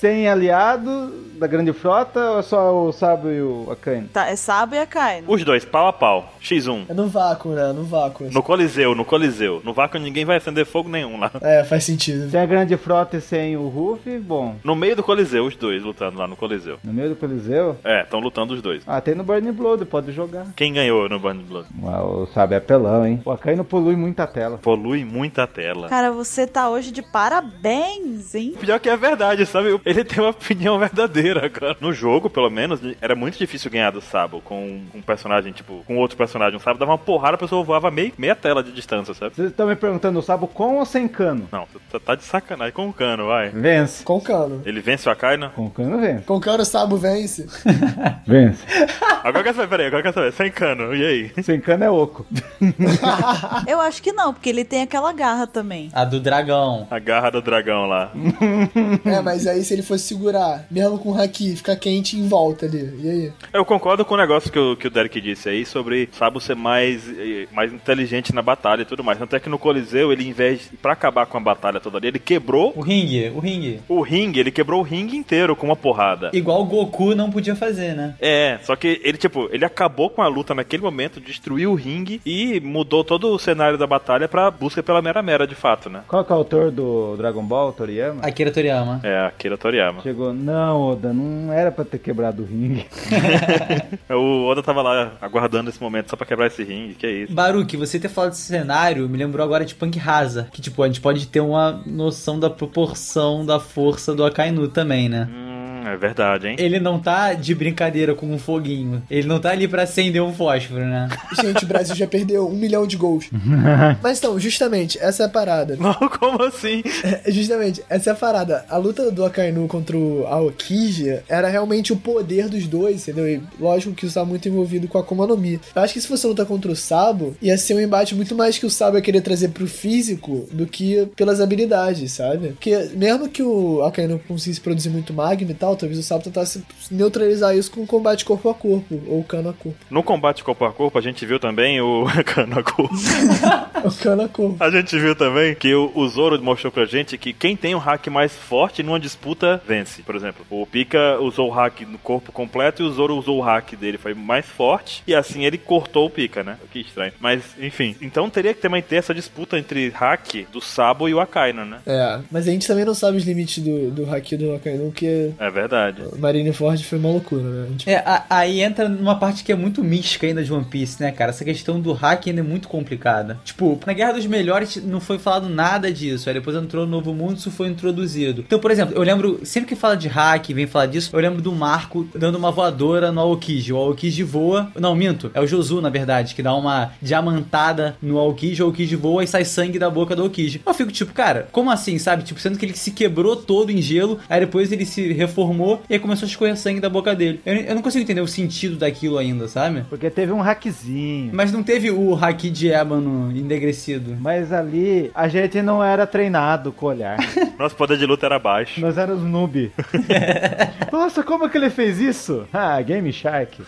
sem aliado da grande frota, ou é só o Sabo e o Akane? Tá, é Sabo e a Kaina. Os dois, pau a pau, x1. É no vácuo, né? No vácuo. No Coliseu, no Coliseu. No vácuo ninguém vai acender fogo nenhum lá. É, faz sentido. Sem a grande frota e sem o Ruf, bom. No meio do Coliseu, os dois lutando lá no Coliseu. No meio do Coliseu? É, estão lutando os dois. Ah, tem no Burning Blood, pode jogar. Quem ganhou no Burning Blood? Uau, sabe, é apelão, hein? O Akai não polui muita tela. Polui muita tela. Cara, você tá hoje de parabéns, hein? Pior que é verdade, sabe? Ele tem uma opinião verdadeira agora. No jogo, pelo menos, era muito difícil ganhar do Sabo com um personagem, tipo, com outro personagem. Um Sabo dava uma porrada, a pessoa voava meio, meia tela de distância, sabe? Vocês estão me perguntando, o Sabo com ou sem cano? Não, você tá de sacanagem com o cano, vai. Vence. Com cano. Ele vence o Akaina? Com cano vence. Com cano, o Sabo vence. Vence. Agora eu quero saber, peraí, agora eu quero saber. Sem cano, e aí? Sem cano é oco. Eu acho que não, porque ele tem aquela garra também. A A do dragão. A garra do dragão lá. É, mas aí se ele fosse segurar, mesmo com o Haki, ficar quente em volta ali. E aí? Eu concordo com o negócio que o, que o Derek disse aí sobre Sabo ser mais, eh, mais inteligente na batalha e tudo mais. Tanto é que no Coliseu, ele, em vez de, pra acabar com a batalha toda ali, ele quebrou O ringue, o ringue. o ringue, ele quebrou o ringue inteiro com uma porrada. Igual o Goku não podia fazer, né? É, só que ele, tipo, ele acabou com a luta naquele momento, destruiu o ringue e mudou todo o cenário da batalha pra busca pela Mera Mera, de fato, né? Qual que é o autor do Dragon Ball, Toriyama? Akira Toriyama. É, Akira Toriyama. Chegou, não, Oda, não era pra ter quebrado o ringue. O Oda tava lá aguardando esse momento só pra quebrar esse ringue, que é isso. Baruque, você ter falado desse cenário me lembrou agora de Punk Hazard, que tipo, a gente pode ter uma noção da proporção da força do Akainu também, né? Hum, é verdade, hein? Ele não tá de brincadeira com um foguinho. Ele não tá ali pra acender um fósforo, né? Gente, o Brasil já perdeu um milhão de gols. Mas então, justamente, essa é a parada. Não, como assim? É, Justamente, essa é a parada. A luta do Akainu contra o Aokiji era realmente o poder dos dois, entendeu? E lógico que o Sabo muito envolvido com a Akuma no Mi. Eu acho que se fosse luta contra o Sabo, ia ser um embate muito mais que o Sabo ia querer trazer pro físico do que pelas habilidades, sabe? Porque mesmo que o Akainu conseguisse produzir muito magma e tal, talvez o Sabo tentasse neutralizar isso com um combate corpo a corpo, ou cano a corpo. No combate corpo a corpo, a gente viu também o. Kanako. O cano a corpo. A gente viu também que o, o Zoro mostrou pra gente que quem tem o hack mais forte numa disputa vence. Por exemplo, o Pika usou o hack no corpo completo e o Zoro usou o hack dele, foi mais forte, e assim ele cortou o Pika, né? Que estranho. Mas, enfim. Então teria que também ter essa disputa entre hack do Sabo e o Akainu, né? É, mas a gente também não sabe os limites do, do Haki do Akainu, que É verdade. Marineford foi uma loucura, né? A gente É, a- aí entra numa parte que é muito mística ainda de One Piece, né, cara? Essa questão do hack ainda é muito complicada. Tipo, na Guerra dos Melhores não foi falado nada disso. Aí depois entrou o Novo Mundo, isso foi introduzido. Então, por exemplo, eu lembro, sempre que fala de hack, vem falar disso, eu lembro do Marco dando uma voadora no Aokiji. O Aokiji voa. Não, minto. É o Josu, na verdade, que dá uma diamantada no Aokiji. O Aokiji voa e sai sangue da boca do Aokiji. Eu fico tipo, cara, como assim, sabe? Tipo, sendo que ele se quebrou todo em gelo, aí depois ele se reformou e aí começou a escorrer sangue da boca dele. Eu, eu não consigo entender o sentido daquilo ainda, sabe? Porque teve um hackzinho. Mas não teve o haki de ébano endegrecido. Mas ali a gente não era treinado com o olhar. Nosso poder de luta era baixo. Nós éramos noob. Nossa, como que ele fez isso? Ah, Game Shark.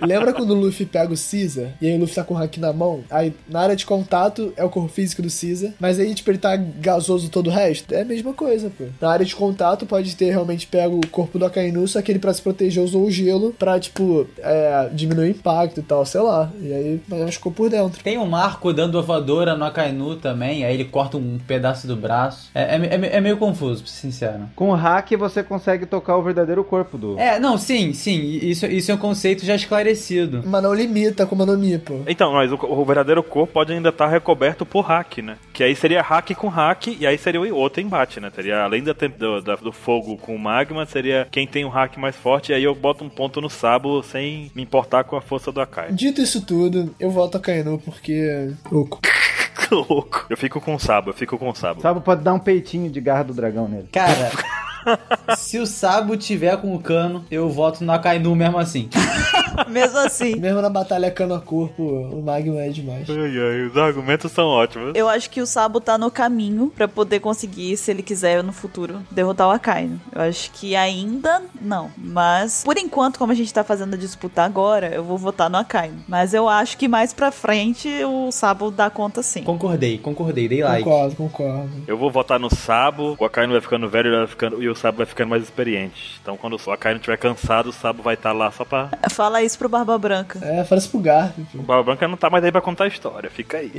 Lembra quando o Luffy pega o Caesar e aí o Luffy tá com o hack na mão? Aí na área de contato é o corpo físico do Caesar, mas aí tipo ele tá gasoso todo o resto? É a mesma coisa, pô. Na área de contato pode ter realmente pego o corpo do Akainu, só que ele pra se proteger usou o gelo pra tipo é, diminuir o impacto e tal, sei lá. E aí mas ficou por dentro. Tem o Marco dando a voadora no Akainu também, aí ele corta um pedaço do braço. É, é- é me- é meio confuso, pra ser sincero. Com o hack você consegue tocar o verdadeiro corpo do. É, não, sim, sim, isso, isso é um conceito já esclarecido. Mas não limita como no Mi, pô. Então, mas o, o verdadeiro corpo pode ainda estar recoberto por hack, né? Que aí seria hack com hack, e aí seria o outro embate, né? Teria, além da tem- do, da- do fogo com o magma, seria quem tem o hack mais forte, e aí eu boto um ponto no sabo sem me importar com a força do Akai. Dito isso tudo, eu volto a Akainu porque. Oco. Que louco. Eu fico com o sabo, eu fico com o sabo. Sabe, pode dar um peitinho de garra do dragão nele. Cara, se o Sabo tiver com o cano, eu voto no Akainu mesmo assim. Mesmo assim. Mesmo na batalha cano a corpo, o Magma é demais. Ai, ai, os argumentos são ótimos. Eu acho que o Sabo tá no caminho pra poder conseguir, se ele quiser no futuro, derrotar o Akainu. Eu acho que ainda não. Mas, por enquanto, como a gente tá fazendo a disputa agora, eu vou votar no Akainu. Mas eu acho que mais pra frente o Sabo dá conta sim. Concordei, concordei, dei like. Concordo, concordo. Eu vou votar no Sabo, o Akainu vai ficando velho ele vai ficando, e o Sabo vai ficando mais experiente. Então quando o Akainu estiver cansado, o Sabo vai estar lá só pra... Fala isso pro Barba Branca. É, fala isso pro Garp, pô. O Barba Branca não tá mais aí pra contar a história, fica aí.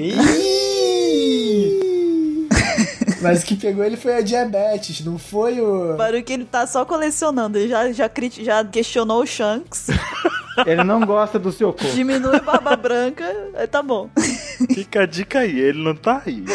Mas o que pegou ele foi a diabetes, não foi o. Barulho que ele tá só colecionando. Ele já, já, crit- já questionou o Shanks. Ele não gosta do seu corpo. diminui o Barba Branca. é, Tá bom. Fica a dica aí, ele não tá aí.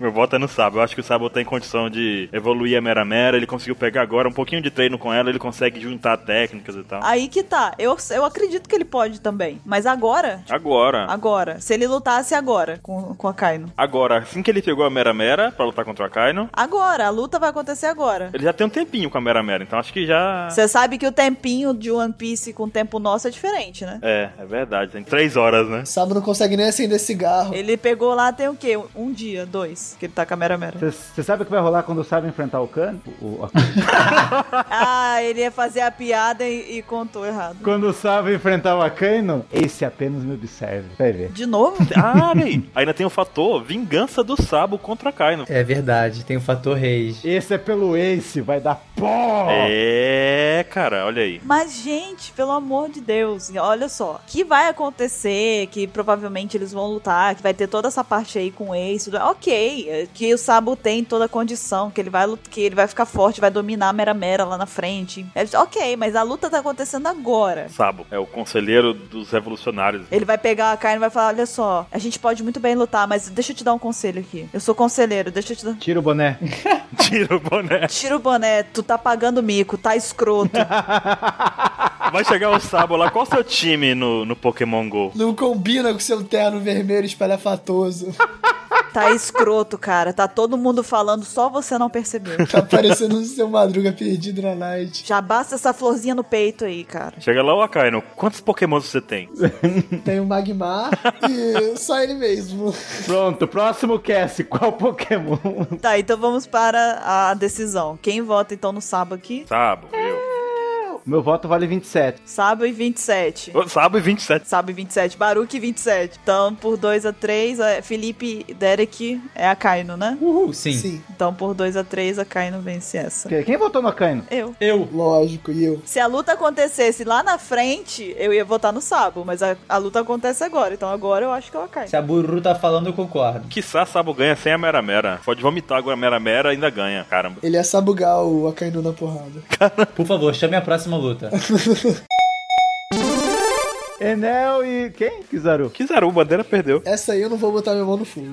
Meu voto é no Sabo. Eu acho que o Sabo tem condição de evoluir a Mera Mera. Ele conseguiu pegar agora um pouquinho de treino com ela. Ele consegue juntar técnicas e tal. Aí que tá. Eu, eu acredito que ele pode também. Mas agora. Agora. Agora. Se ele lutasse agora com, com a Kaino. Agora, assim que ele pegou a Mera Mera pra lutar contra o Akaino, Agora, a luta vai acontecer agora. ele já tem um tempinho com a Mera Mera. Então acho que já... Você sabe que o tempinho de One Piece com o tempo nosso é diferente, né? É, é verdade. Tem três horas, né? Sábado não consegue nem acender cigarro. Ele pegou lá tem o quê? Um dia, dois. isso, que ele tá com a Mera Mera. Você sabe o que vai rolar quando o Sábio enfrentar o Khan? O- o- Ah, ele ia fazer a piada e, e contou errado. quando o Sábio enfrentar o Akaino, esse apenas me observe. Vai ver. De novo? Ah, olha aí. Ainda tem o fator vingança do Sabo contra Kaino. É verdade, tem o fator rage. Esse é pelo Ace, vai dar pó! É, cara, olha aí. Mas, gente, pelo amor de Deus, olha só. O que vai acontecer? Que provavelmente eles vão lutar, que vai ter toda essa parte aí com o Ace. tudo- Ok, é, que o Sabo tem toda a condição, que ele vai lut- que ele vai ficar forte, vai dominar a Mera Mera lá na frente. Eles- ok, mas a luta tá acontecendo agora. Sabo é o conselheiro dos revolucionários. Ele vai pegar a carne e vai falar: Olha só, a gente pode muito bem lutar, mas deixa eu te dar um conselho aqui. Eu sou conselheiro, deixa eu te dar. Tira o boné. Tira o boné. Tira o boné, tu tá pagando mico, tá escroto. Vai chegar o Sabo lá. Qual o seu time no, no Pokémon GO? Não combina com seu terno vermelho espalhafatoso. Tá escroto, cara. Tá todo mundo falando, só você não percebeu. Tá parecendo o seu madruga perdido na night. Já basta essa florzinha no peito aí, cara. Chega lá, o Akaino. Quantos Pokémons você tem? Tem o Magmar e só ele mesmo. Pronto, próximo cast. Qual Pokémon? Tá, então vamos para a decisão. Quem vota então no Sabo aqui? Sabo, eu. Meu voto vale 27. Sabo e 27. Ô, Sabo e 27. Sabo e 27, Baruque e 27. Então, por 2 a 3, Felipe e Derek é a Kaino, né? Uhul, sim. Sim, Então, por 2 a 3, a Kaino vence essa. Que- Quem votou no Akaino? Eu. Eu. lógico, e eu. Se a luta acontecesse lá na frente, eu ia votar no Sabo, mas a, a luta acontece agora, então agora eu acho que ela cai. Se a Buru tá falando, eu concordo. Quiçá Sabo ganha sem a Mera Mera. Pode vomitar agora a Mera Mera ainda ganha, caramba. Ele é ia sabugar o Akainu na porrada. Por favor, chame a próxima luta. Enel e. Quem? Kizaru. Kizaru, bandeira perdeu. Essa aí eu não vou botar minha mão no fogo.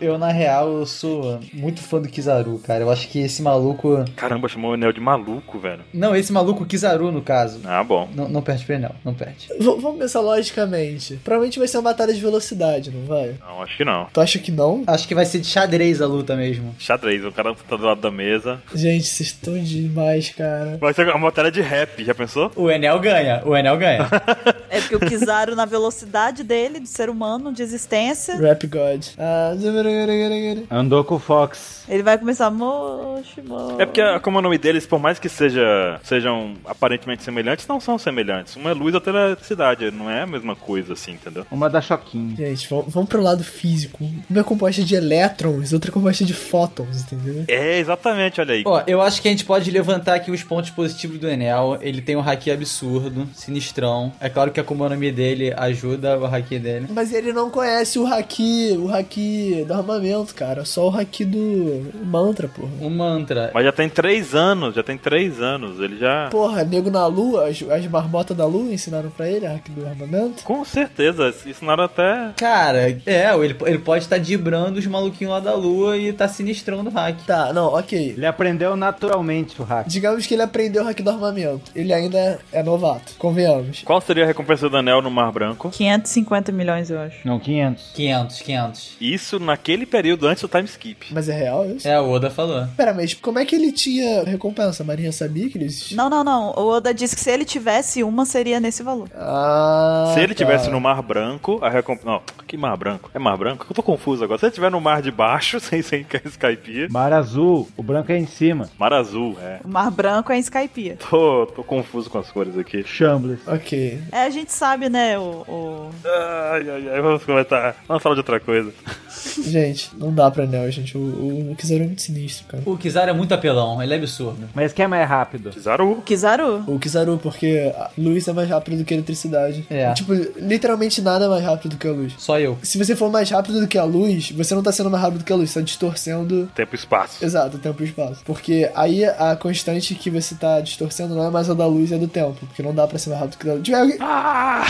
Eu, na real, eu sou muito fã do Kizaru, cara. Eu acho que esse maluco. Caramba, chamou o Enel de maluco, velho. Não, esse maluco Kizaru, no caso. Ah, bom. Não, não perde pra ele, não. Não perde. V- vamos pensar logicamente. Provavelmente vai ser uma batalha de velocidade, não vai? Não, acho que não. Tu acha que não? Acho que vai ser de xadrez a luta mesmo. Xadrez, o cara tá do lado da mesa. Gente, vocês estão demais, cara. Vai ser uma batalha de rap, já pensou? O Enel ganha, o Enel ganha. É porque o Kizaru, na velocidade dele, do ser humano, de existência, Rap God. Ah, zumuruguruguruguru. Andou com o Fox. ele vai começar. Moshi, moshi. É porque, como é o nome deles, por mais que seja, sejam aparentemente semelhantes, não são semelhantes. Uma é luz, outra é eletricidade. Não é a mesma coisa, assim, entendeu? Uma da Choquinho. Gente, vamos, vamos pro lado físico. Uma é composta de elétrons, outra é composta de fótons, entendeu? É, exatamente, olha aí. Ó, eu acho que a gente pode levantar aqui os pontos positivos do Enel. Ele tem um haki absurdo, sinistrão. É claro que a Akuma no Mi dele ajuda o haki dele. Mas ele não conhece o haki, o haki do armamento, cara. Só o haki do mantra, porra. Um mantra. Mas já tem três anos, já tem três anos. Ele já. Porra, nego na lua, as, as marmotas da lua ensinaram pra ele a haki do armamento? Com certeza, ensinaram até. Cara, é, ele, ele pode estar dibrando os maluquinhos lá da lua e tá sinistrão no hack. Tá, não, ok. Ele aprendeu naturalmente o hack. Digamos que ele aprendeu o hack do armamento. Ele ainda é, é novato, convenhamos. Qual seria a recompensa do anel no Mar Branco? 550 milhões, eu acho. Não, 500. 500, 500. Isso naquele período antes do time skip. Mas é real isso? É, o Oda falou. Pera, mas como é que ele tinha recompensa? A Marinha sabia que ele existia? Não, não, não. O Oda disse que se ele tivesse uma, seria nesse valor. Ah, Se ele tá. tivesse no Mar Branco, a recompensa. Não, que Mar Branco? É Mar Branco? Eu tô confuso agora. Se ele estiver no Mar de Baixo, sem, sem Skype, Mar azul, o branco é em cima. Mar Azul, é. O Mar Branco é em Skypiea. Tô, tô confuso com as cores aqui. Shambles. Ok. É, a gente sabe, né, o... o- Ai, ai, ai, vamos comentar. Vamos falar de outra coisa. Gente, não dá pra Nel, gente. O, o, o Kizaru é muito sinistro, cara. O Kizaru é muito apelão, ele é absurdo. Mas quem é mais rápido? O Kizaru. Kizaru. O Kizaru, porque a luz é mais rápido do que a eletricidade. É. Tipo, literalmente nada é mais rápido do que a luz. Só eu. Se você for mais rápido do que a luz, você não tá sendo mais rápido do que a luz, você tá distorcendo Tempo e espaço. Exato, o tempo e o espaço. Porque aí a constante que você tá distorcendo não é mais a da luz, é do tempo. Porque não dá pra ser mais rápido que da luz. Tipo, é- Ah!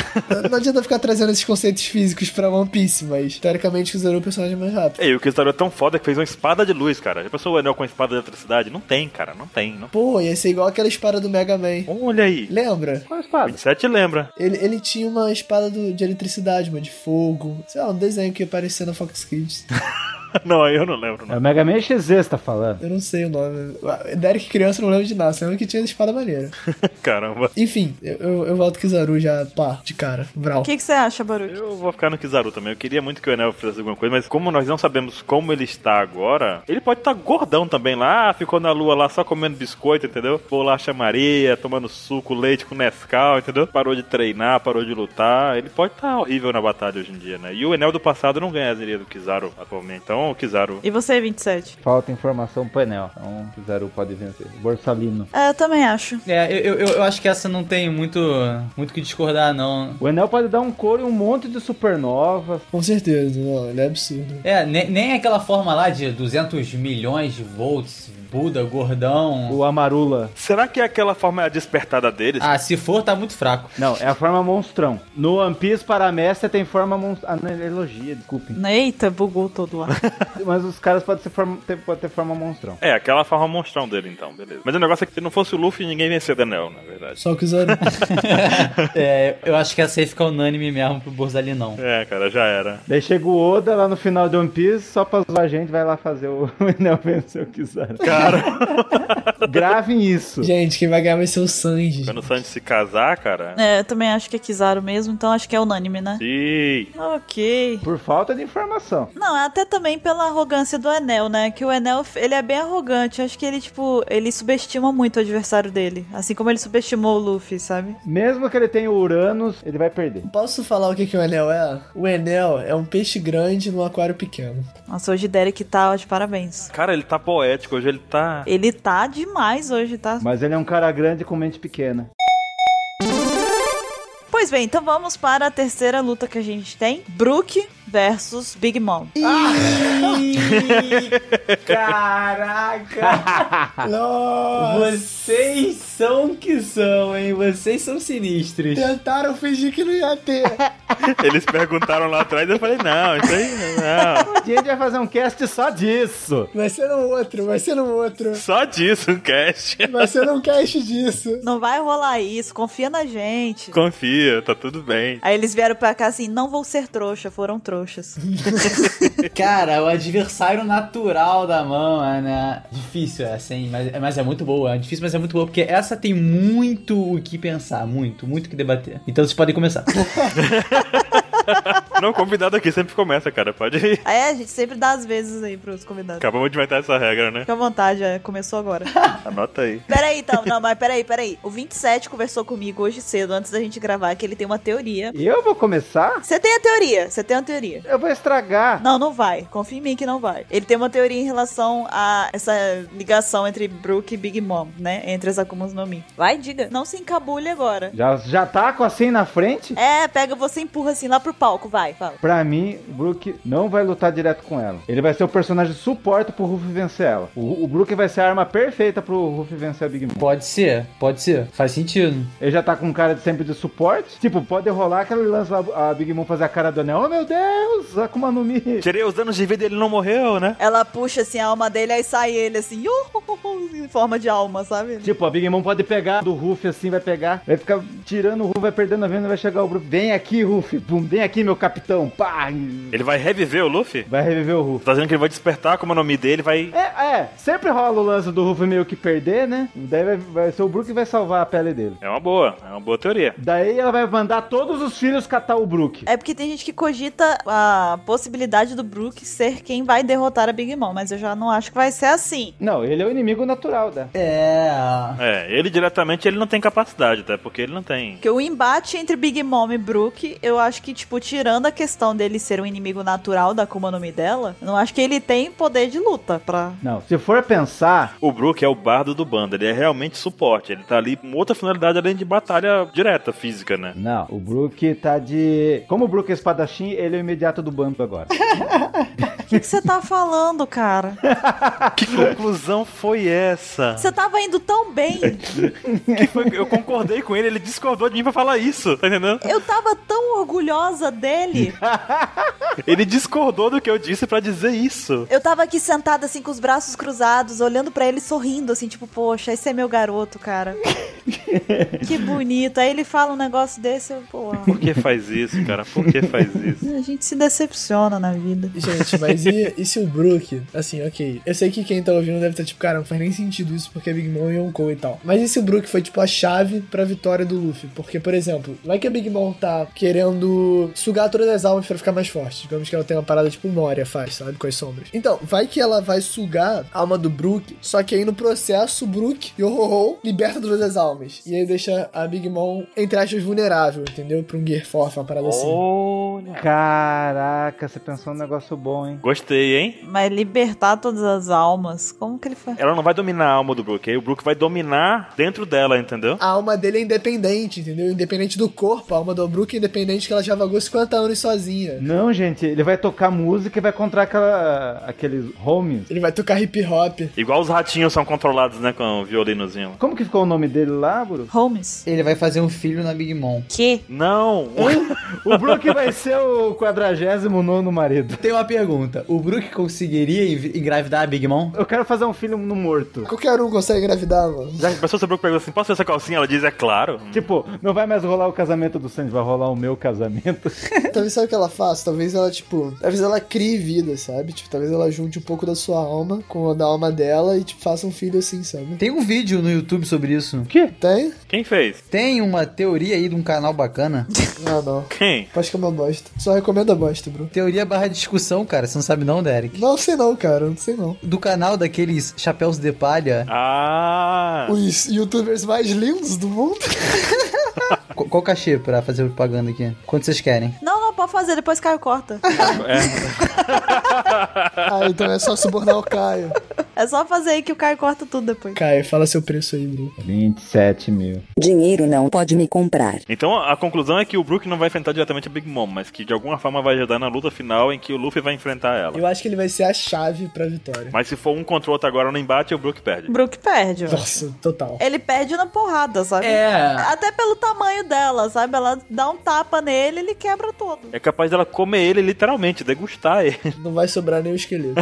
Não adianta ficar trazendo esses conceitos físicos pra One Piece, mas teoricamente o é o personagem mais rápido. Ei, o Kizaru é tão foda que fez uma espada de luz, cara. Já pensou o anel com a espada de eletricidade? Não tem, cara. Não tem. Não... Pô, ia ser igual aquela espada do Mega Man. Olha aí. Lembra? Qual a espada? 27 lembra. Ele, ele tinha uma espada do- de eletricidade, mano, de fogo. Sei lá, um desenho que aparecia na Fox Kids. não, aí eu não lembro. É Não. o Mega Man XZ tá falando. Eu não sei o nome. Derek criança eu não lembro de nada, só lembro que tinha espada maneira. Caramba. Enfim, eu, eu, eu volto Kizaru já, pá, de cara. Vral. O que que você acha, Baruch? Eu vou ficar no Kizaru também. Eu queria muito que o Enel fizesse alguma coisa, mas como nós não sabemos como ele está agora, ele pode estar gordão também lá, ah, ficou na lua lá só comendo biscoito, entendeu? Bolacha Maria, tomando suco, leite com Nescau, entendeu? Parou de treinar, parou de lutar. Ele pode estar horrível na batalha hoje em dia, né? E o Enel do passado não ganharia do Kizaru atualmente. Então, o Kizaru. E você, 27? Falta informação painel. Então o Kizaru pode vencer. Borsalino. É, eu também acho. É, eu, eu, eu acho que essa não tem muito muito o que discordar, não. O Enel pode dar um couro e um monte de supernovas. Com certeza, não, ele é absurdo. É, nem, nem aquela forma lá de 200 milhões de volts, Buda, gordão. O Amarula. Será que é aquela forma despertada deles? Ah, se for, tá muito fraco. Não, é a forma monstrão. No One Piece, para a mestre, tem forma monstrão. Ah, não, é elogia, desculpem. Eita, bugou todo lá. Mas os caras podem ser forma- ter, pode ter forma monstrão. É, aquela forma monstrão dele, então, beleza. Mas o negócio é que se não fosse o Luffy, ninguém vencia o Enel, na verdade. Só o Kizaru. É, eu acho que essa aí fica unânime mesmo pro Borzali, não. É, cara, já era. Daí chega o Oda lá no final de One Piece, só pra zoar a gente, vai lá fazer o o Enel vencer o Kizaru. Cara! Gravem isso. Gente, quem vai ganhar vai ser o Sanji. Quando o Sanji se casar, cara. é, eu também acho que é Kizaru mesmo, então acho que é unânime, né? Sim. Ok. Por falta de informação. Não, até também pela arrogância do Enel, né? Que o Enel, ele é bem arrogante. Acho que ele, tipo, ele subestima muito o adversário dele. Assim como ele subestimou o Luffy, sabe? Mesmo que ele tenha o Uranus, ele vai perder. Posso falar o que, que o Enel é? O Enel é um peixe grande num aquário pequeno. Nossa, hoje Derek tá ó, de parabéns. Cara, ele tá poético, hoje ele tá. Ele tá demais hoje, tá? Mas ele é um cara grande com mente pequena. Pois bem, então vamos para a terceira luta que a gente tem. Brook versus Big Mom. Caraca! Nossa! Vocês são que são, hein? Vocês são sinistros. Tentaram fingir que não ia ter. Eles perguntaram lá atrás eu falei, não, isso aí não. A gente vai fazer um cast só disso. Vai ser no outro, vai ser no outro. Só disso, um cast. Vai ser num cast disso. Não vai rolar isso, confia na gente. Confia, tá tudo bem. Aí eles vieram pra cá assim, não vou ser trouxa, foram trouxas. Cara, o adversário natural da mão, é, né? Difícil essa, hein? Mas, mas é muito boa. É difícil, mas é muito boa. Porque essa tem muito o que pensar. Muito, muito o que debater. Então vocês podem começar. Não, convidado aqui sempre começa, cara. Pode ir. Aí a gente sempre dá as vezes aí pros convidados. Acabamos de inventar essa regra, né? Fica à vontade, é, começou agora. Anota aí. Peraí, então, não, mas peraí, peraí. O 27 conversou comigo hoje cedo, antes da gente gravar, que ele tem uma teoria. Eu vou começar? Você tem a teoria, você tem a teoria. Eu vou estragar. Não, não vai. Confia em mim que não vai. Ele tem uma teoria em relação a essa ligação entre Brook e Big Mom, né? Entre as Akumas no Mi. Vai, diga. Não se encabule agora. Já, já tá com assim na frente? É, pega você e empurra assim lá pro palco, vai, fala. Pra mim, o Brook não vai lutar direto com ela. Ele vai ser o personagem suporte pro Ruffy vencer ela. O, o Brook vai ser a arma perfeita pro Ruffy vencer a Big Mom. Pode ser, pode ser. Faz sentido. Ele já tá com cara de sempre de suporte. Tipo, pode rolar que ele lança a a Big Mom fazer a cara do anel. Oh meu Deus, Akuma no Mi. Tirei os anos de vida e ele não morreu, né? Ela puxa assim a alma dele, aí sai ele assim, uh, em forma de alma, sabe? Tipo, a Big Mom pode pegar do Ruffy assim, vai pegar, vai ficar tirando o Ruffy, vai perdendo a venda, vai chegar o Brook. Vem aqui, Ruffy, Bum, vem aqui, meu capitão, pá! e Ele vai reviver o Luffy? Vai reviver o Ruffy. Tá dizendo que ele vai despertar como o nome dele, vai. É, é, sempre rola o lance do Ruffy meio que perder, né? Daí vai, vai ser o Brook que vai salvar a pele dele. É uma boa, é uma boa teoria. Daí ela vai mandar todos os filhos catar o Brook. É porque tem gente que cogita a possibilidade do Brook ser quem vai derrotar a Big Mom, mas eu já não acho que vai ser assim. Não, ele é o inimigo natural da. É. É, ele diretamente ele não tem capacidade, até porque ele não tem. Porque o embate entre Big Mom e Brook, eu acho que, tipo, tirando a questão dele ser um inimigo natural da Akuma no Mi dela, eu não acho que ele tem poder de luta pra. Não, se for pensar, O Brook é o bardo do bando, ele é realmente suporte. Ele tá ali com outra finalidade além de batalha direta, física, né? não, o Brook tá de. Como o Brook é espadachim, ele é o imediato do bando agora. O que que você tá falando, cara? Que conclusão foi essa? Você tava indo tão bem. Que foi- eu concordei com ele, ele discordou de mim pra falar isso, tá entendendo? Eu tava tão orgulhosa dele. Ele discordou do que eu disse pra dizer isso. Eu tava aqui sentada, assim, com os braços cruzados, olhando pra ele sorrindo, assim, tipo, poxa, esse é meu garoto, cara. que bonito. Aí ele fala um negócio desse, eu, pô. Por que faz isso, cara? Por que faz isso? A gente se decepciona na vida. Gente, mas Mas e, e se o Brook, assim, ok. Eu sei que quem tá ouvindo deve estar tipo, cara, não faz nem sentido isso porque é Big Mom e Yonkou e tal. Mas e se o Brook foi tipo a chave pra vitória do Luffy? Porque, por exemplo, vai que a Big Mom tá querendo sugar todas as almas pra ficar mais forte. Digamos que ela tem uma parada tipo Moria faz, sabe? Com as sombras. Então, vai que ela vai sugar a alma do Brook, só que aí no processo, o Brook e o Ho-Ho liberta todas as almas. E aí deixa a Big Mom, entre aspas, vulnerável, entendeu? Pra um Gear 4, uma parada assim. Olha. Caraca, você pensou num negócio bom, hein? Gostei, hein? Mas libertar todas as almas, como que ele faz? Ela não vai dominar a alma do Brook, aí o Brook vai dominar dentro dela, entendeu? A alma dele é independente, entendeu? Independente do corpo. A alma do Brook é independente que ela já vagou 50 anos sozinha. Não, gente, ele vai tocar música e vai contar aquela, aqueles homies. Ele vai tocar hip hop. Igual os ratinhos são controlados, né, com o violinozinho. Como que ficou o nome dele lá, Bruno? Holmes? Ele vai fazer um filho na Big Mom. Que? Não! O Brook vai ser o 49 marido. Tem uma pergunta. O Brook conseguiria env- engravidar a Big Mom? Eu quero fazer um filho no morto. Qualquer um consegue engravidar, mano. Já pensou se o Brook pergunta assim, posso ter essa calcinha? Ela diz, é claro. Tipo, não vai mais rolar o casamento do Sandy, vai rolar o meu casamento. Talvez sabe o que ela faça? Talvez ela, tipo, talvez ela crie vida, sabe? Tipo, talvez ela junte um pouco da sua alma com a da alma dela e, tipo, faça um filho assim, sabe? Tem um vídeo no YouTube sobre isso. Tem? Quem fez? Tem uma teoria aí de um canal bacana. Ah, não. Quem? Acho que é uma bosta. Só recomendo a bosta, bro. Teoria barra discussão, cara. Você não sabe não, Derek? Não sei não, cara. Não sei não. Do canal daqueles chapéus de palha. Ah! Os youtubers mais lindos do mundo. Qu- Qual cachê pra fazer propaganda aqui? Quanto vocês querem? Não, não, pode fazer, depois Caio corta. Ah, então é só subornar o Caio. É só fazer aí que o Caio corta tudo depois. Caio, fala seu preço aí, bro. 27 mil. Dinheiro não pode me comprar. Então a conclusão é que o Brook não vai enfrentar diretamente a Big Mom, mas que de alguma forma vai ajudar na luta final em que o Luffy vai enfrentar ela. Eu acho que ele vai ser a chave pra vitória. Mas se for um contra o outro agora no embate, o Brook perde. Brook perde, ó. Nossa, total. Ele perde na porrada, sabe? É. Até pelo tamanho dela, sabe? Ela dá um tapa nele ele quebra todo. É capaz dela comer ele literalmente, degustar ele. Não vai sobrar nem o esqueleto.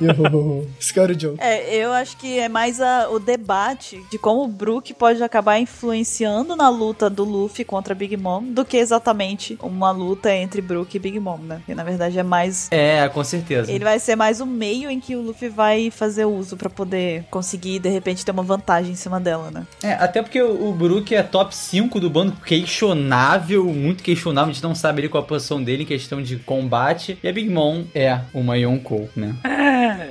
Yo, Esse cara é o John. É, eu acho que é mais a- o debate de como o Brook pode acabar influenciando na luta do Luffy contra Big Mom do que exatamente uma luta entre Brook e Big Mom, né? Que na verdade é mais. É, com certeza. Ele vai ser mais o meio em que o Luffy vai fazer uso pra poder conseguir, de repente, ter uma vantagem em cima dela, né? É, até porque o o Brook é top 5 do bando questionável, muito questionável, a gente não sabe ele qual a posição dele em questão de combate. E a Big Mom é uma Yonkou, né?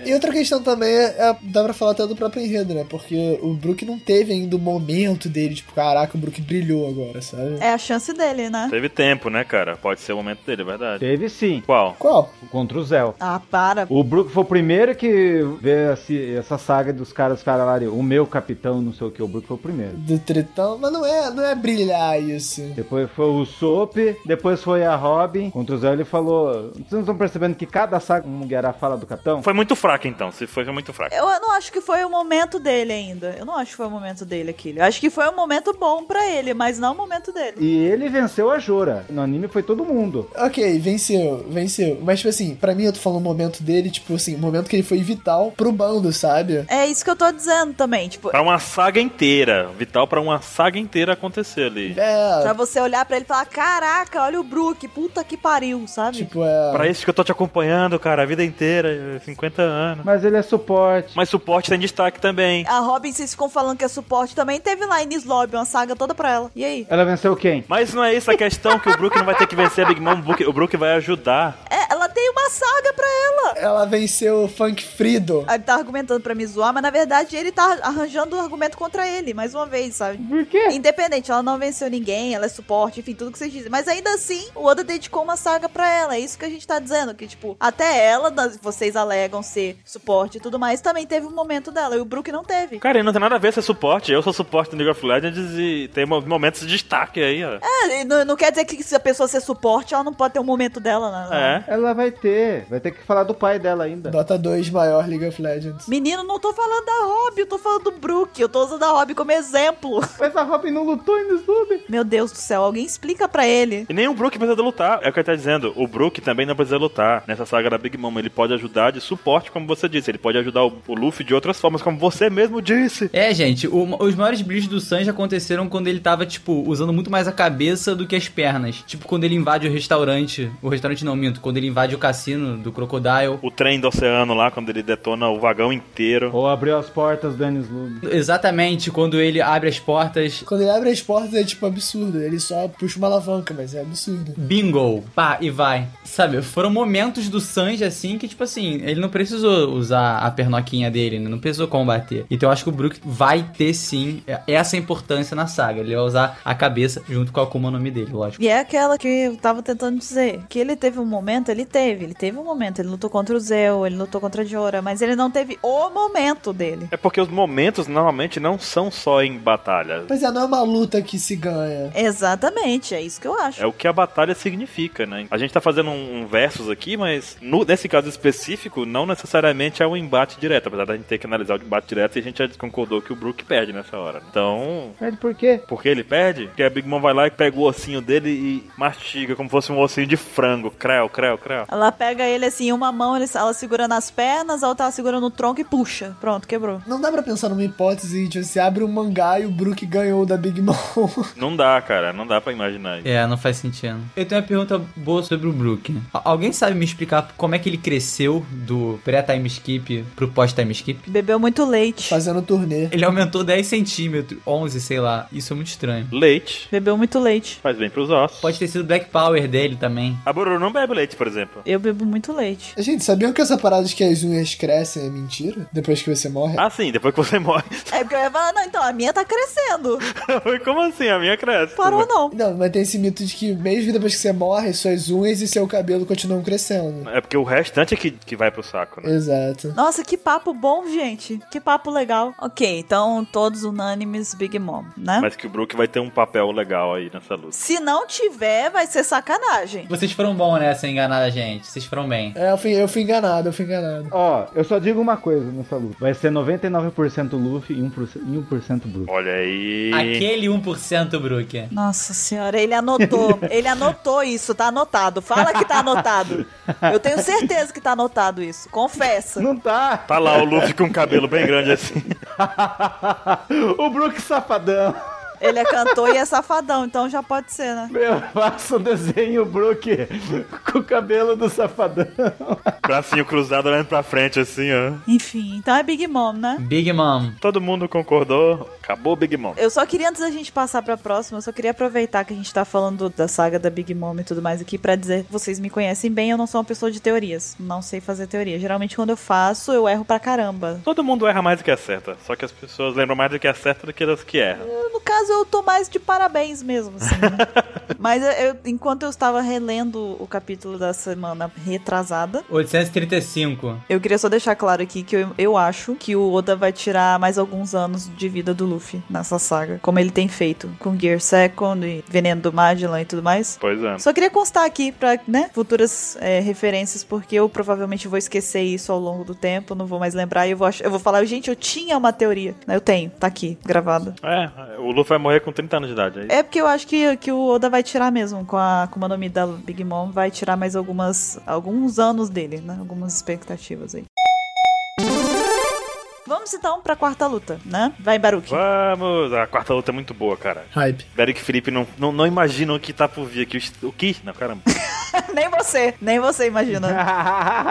E outra questão também é, é- dá pra falar até do próprio enredo, né? Porque o Brook não teve ainda o momento dele, tipo, caraca, o Brook brilhou agora, sabe? É a chance dele, né? Teve tempo, né, cara? Pode ser o momento dele, é verdade. Teve sim, Qual? Qual? contra o Zell. Ah, para. O Brook foi o primeiro que vê esse- essa saga dos caras falarem o meu capitão, não sei o que. O Brook foi o primeiro. Do tritão, mas não é, não é brilhar isso. Depois foi o Soap, depois foi a Robin. Contra o Zell ele falou... Vocês não estão percebendo que cada saga um Guerra fala do capitão? Foi muito fraca então, se foi, foi muito fraca. Eu não acho que foi o momento dele ainda. Eu não acho que foi o momento dele aquilo. Eu acho que foi um momento bom pra ele, mas não o momento dele. E ele venceu a Jora. No anime foi todo mundo. Ok, venceu, venceu. Mas, tipo assim, pra mim eu tô falando o momento dele, tipo assim, o momento que ele foi vital pro bando, sabe? É isso que eu tô dizendo também, tipo, Pra uma saga inteira. Vital pra uma saga inteira acontecer ali. É, pra você olhar pra ele e falar: "Caraca, olha o Brook, puta que pariu", sabe? tipo, é. Pra isso que eu tô te acompanhando, cara, a vida inteira, 50 anos. Mas ele é suporte. Mas suporte tem destaque também. A Robin, vocês ficam falando que é suporte também. Teve lá em Lobby uma saga toda pra ela. E aí? Ela venceu quem? Mas não é isso a questão, que o Brook não vai ter que vencer a Big Mom, o Brook, o Brook vai ajudar. É, ela tem uma saga pra ela. Ela venceu o Funk Frido. Ele tá argumentando pra me zoar, mas na verdade ele tá arranjando um argumento contra ele, mais uma vez, sabe? Por quê? Independente, ela não venceu ninguém, ela é suporte, enfim, tudo que vocês dizem. Mas ainda assim, o Oda dedicou uma saga pra ela. É isso que a gente tá dizendo. Que, tipo, até ela, das- vocês alegam ser suporte e tudo mais, também teve um momento dela. E o Brook não teve. Cara, e não tem nada a ver ser suporte. Eu sou suporte do League of Legends e tem mo- momentos de destaque aí, ó. É, e não, não quer dizer que se a pessoa ser suporte, ela não pode ter um momento dela, né? É. Ela vai ter. Vai ter que falar do pai dela ainda. Dota 2 maior League of Legends. Menino, não tô falando da Robin, eu tô falando do Brook. Eu tô usando a Robin como exemplo. Mas a Robin não lutou ainda soube. Meu Deus do céu, alguém explica pra ele. E nem o Brook precisa lutar. É o que ele tá dizendo. O Brook também não precisa lutar. Nessa saga da Big Mom, ele pode ajudar de suporte, como você disse. Ele pode ajudar o, o Luffy de outras formas, como você mesmo disse. É, gente, o- os maiores brilhos do Sanji aconteceram quando ele tava, tipo, usando muito mais a cabeça do que as pernas. Tipo, quando ele invade o restaurante. O restaurante não, minto. Quando ele invade o cassino do Crocodile. O trem do oceano lá, quando ele detona o vagão inteiro. Ou abriu as portas do Ennis Lube. Exatamente quando ele abre as portas. Quando ele abre as portas é tipo absurdo. Ele só puxa uma alavanca, mas é absurdo. Bingo! Pá, e vai. Sabe, foram momentos do Sanji assim que, tipo assim, ele não precisou usar a pernoquinha dele, né? Não precisou combater. Então eu acho que o Brook vai ter sim é, essa importância na saga. Ele vai usar a cabeça junto com a Akuma no Mi dele, lógico. E é aquela que eu tava tentando dizer. Que ele teve um momento, ele teve. Ele teve um momento. Ele lutou contra o Zeu, ele lutou contra a Jora, mas ele não teve o momento dele. É porque os momentos normalmente não são só em batalha. Pois é, não é uma luta que se ganha. Exatamente, é isso que eu acho. É o que a batalha significa, né? A gente tá fazendo um, um versus aqui, mas no- nesse caso específico, não necessariamente é um embate direto. Apesar da gente ter que analisar o embate direto e a gente já concordou que o Brook perde nessa hora. né? Então, Mas por quê? por que ele perde? Porque a Big Mom vai lá e pega o ossinho dele e mastiga como fosse um ossinho de frango. Creu, creu, creu. Ela pega ele assim, uma mão ele- ela segura nas pernas, a outra ela segura no tronco e puxa. Pronto, quebrou. Não dá pra pensar numa hipótese de você abre um mangá e o Brook ganhou da Big Mom. Não dá, cara. Não dá pra imaginar isso. É, não faz sentido. Eu tenho uma pergunta boa sobre o Brook. né? A- Alguém sabe me explicar como é que ele cresceu do pré-time skip pro pós-time skip? Bebeu muito leite. Fazendo turnê. Ele aumentou 10 centímetros, 11, sei lá. Isso é muito estranho. Leite Bebeu muito leite. faz bem pros ossos. Pode ter sido o Black Power dele também. A Bururu não bebe leite, por exemplo. Eu bebo muito leite. Gente, sabiam que essa parada de que as unhas crescem é mentira? Depois que você morre? Ah, sim, depois que você morre. É porque eu ia falar, não, então a minha tá crescendo. Como assim? A minha cresce. Parou não. Não, mas tem esse mito de que mesmo depois que você morre, suas unhas e seu cabelo continuam crescendo. É porque o restante é que, que vai pro saco, né? Exato. Nossa, que papo bom, gente. Que papo legal. Ok, então todos unânimes Big Mom, né? Mas que o Brook vai ter um papel legal aí nessa luta. Se não tiver, vai ser sacanagem. Vocês foram bons nessa enganada, gente. Vocês foram bem. É, eu fui, eu fui enganado, eu fui enganado. Ó, eu só digo uma coisa nessa luta. Vai ser 99% Luffy e 1%, e 1% Brook. Olha aí. Aquele 1% Brook. Nossa senhora, ele anotou. Ele anotou isso, tá anotado. Fala que tá anotado. Eu tenho certeza que tá anotado isso. Confessa. Não tá! Tá lá o Luffy com um cabelo bem grande assim. o Brook safadão! Ele é cantor e é safadão, então já pode ser, né? Eu faço o desenho Brook com o cabelo do safadão. Bracinho cruzado olhando pra frente assim, ó. Enfim, então é Big Mom, né? Big Mom. Todo mundo concordou. Acabou o Big Mom. Eu só queria, antes da gente passar pra próxima, eu só queria aproveitar que a gente tá falando da saga da Big Mom e tudo mais aqui pra dizer, vocês me conhecem bem, eu não sou uma pessoa de teorias. Não sei fazer teoria. Geralmente quando eu faço, eu erro pra caramba. Todo mundo erra mais do que acerta. Só que as pessoas lembram mais do que acerta do que das que erram. Eu, No caso, eu tô mais de parabéns mesmo, assim. né? Mas eu- eu- enquanto eu estava relendo o capítulo da semana retrasada, 835. eu queria só deixar claro aqui que eu, eu acho que o Oda vai tirar mais alguns anos de vida do Luffy nessa saga, como ele tem feito com Gear Second e Veneno do Magellan e tudo mais. Pois é. Só queria constar aqui pra né, futuras é, referências, porque eu provavelmente vou esquecer isso ao longo do tempo, não vou mais lembrar e eu vou, ach- eu vou falar, gente, eu tinha uma teoria. Eu tenho, tá aqui, gravada. É, o Luffy vai morrer com 30 anos de idade. É isso. É porque eu acho que, que o Oda vai tirar mesmo, com a Akuma no Mi da Big Mom, vai tirar mais algumas alguns anos dele, né? Algumas expectativas aí. Vamos então pra quarta luta, né? Vai, Baruque. Vamos! A quarta luta é muito boa, cara. Hype. Beric e Felipe não, não, não imaginam o que tá por vir aqui. O que? Não, caramba. nem você, nem você imagina.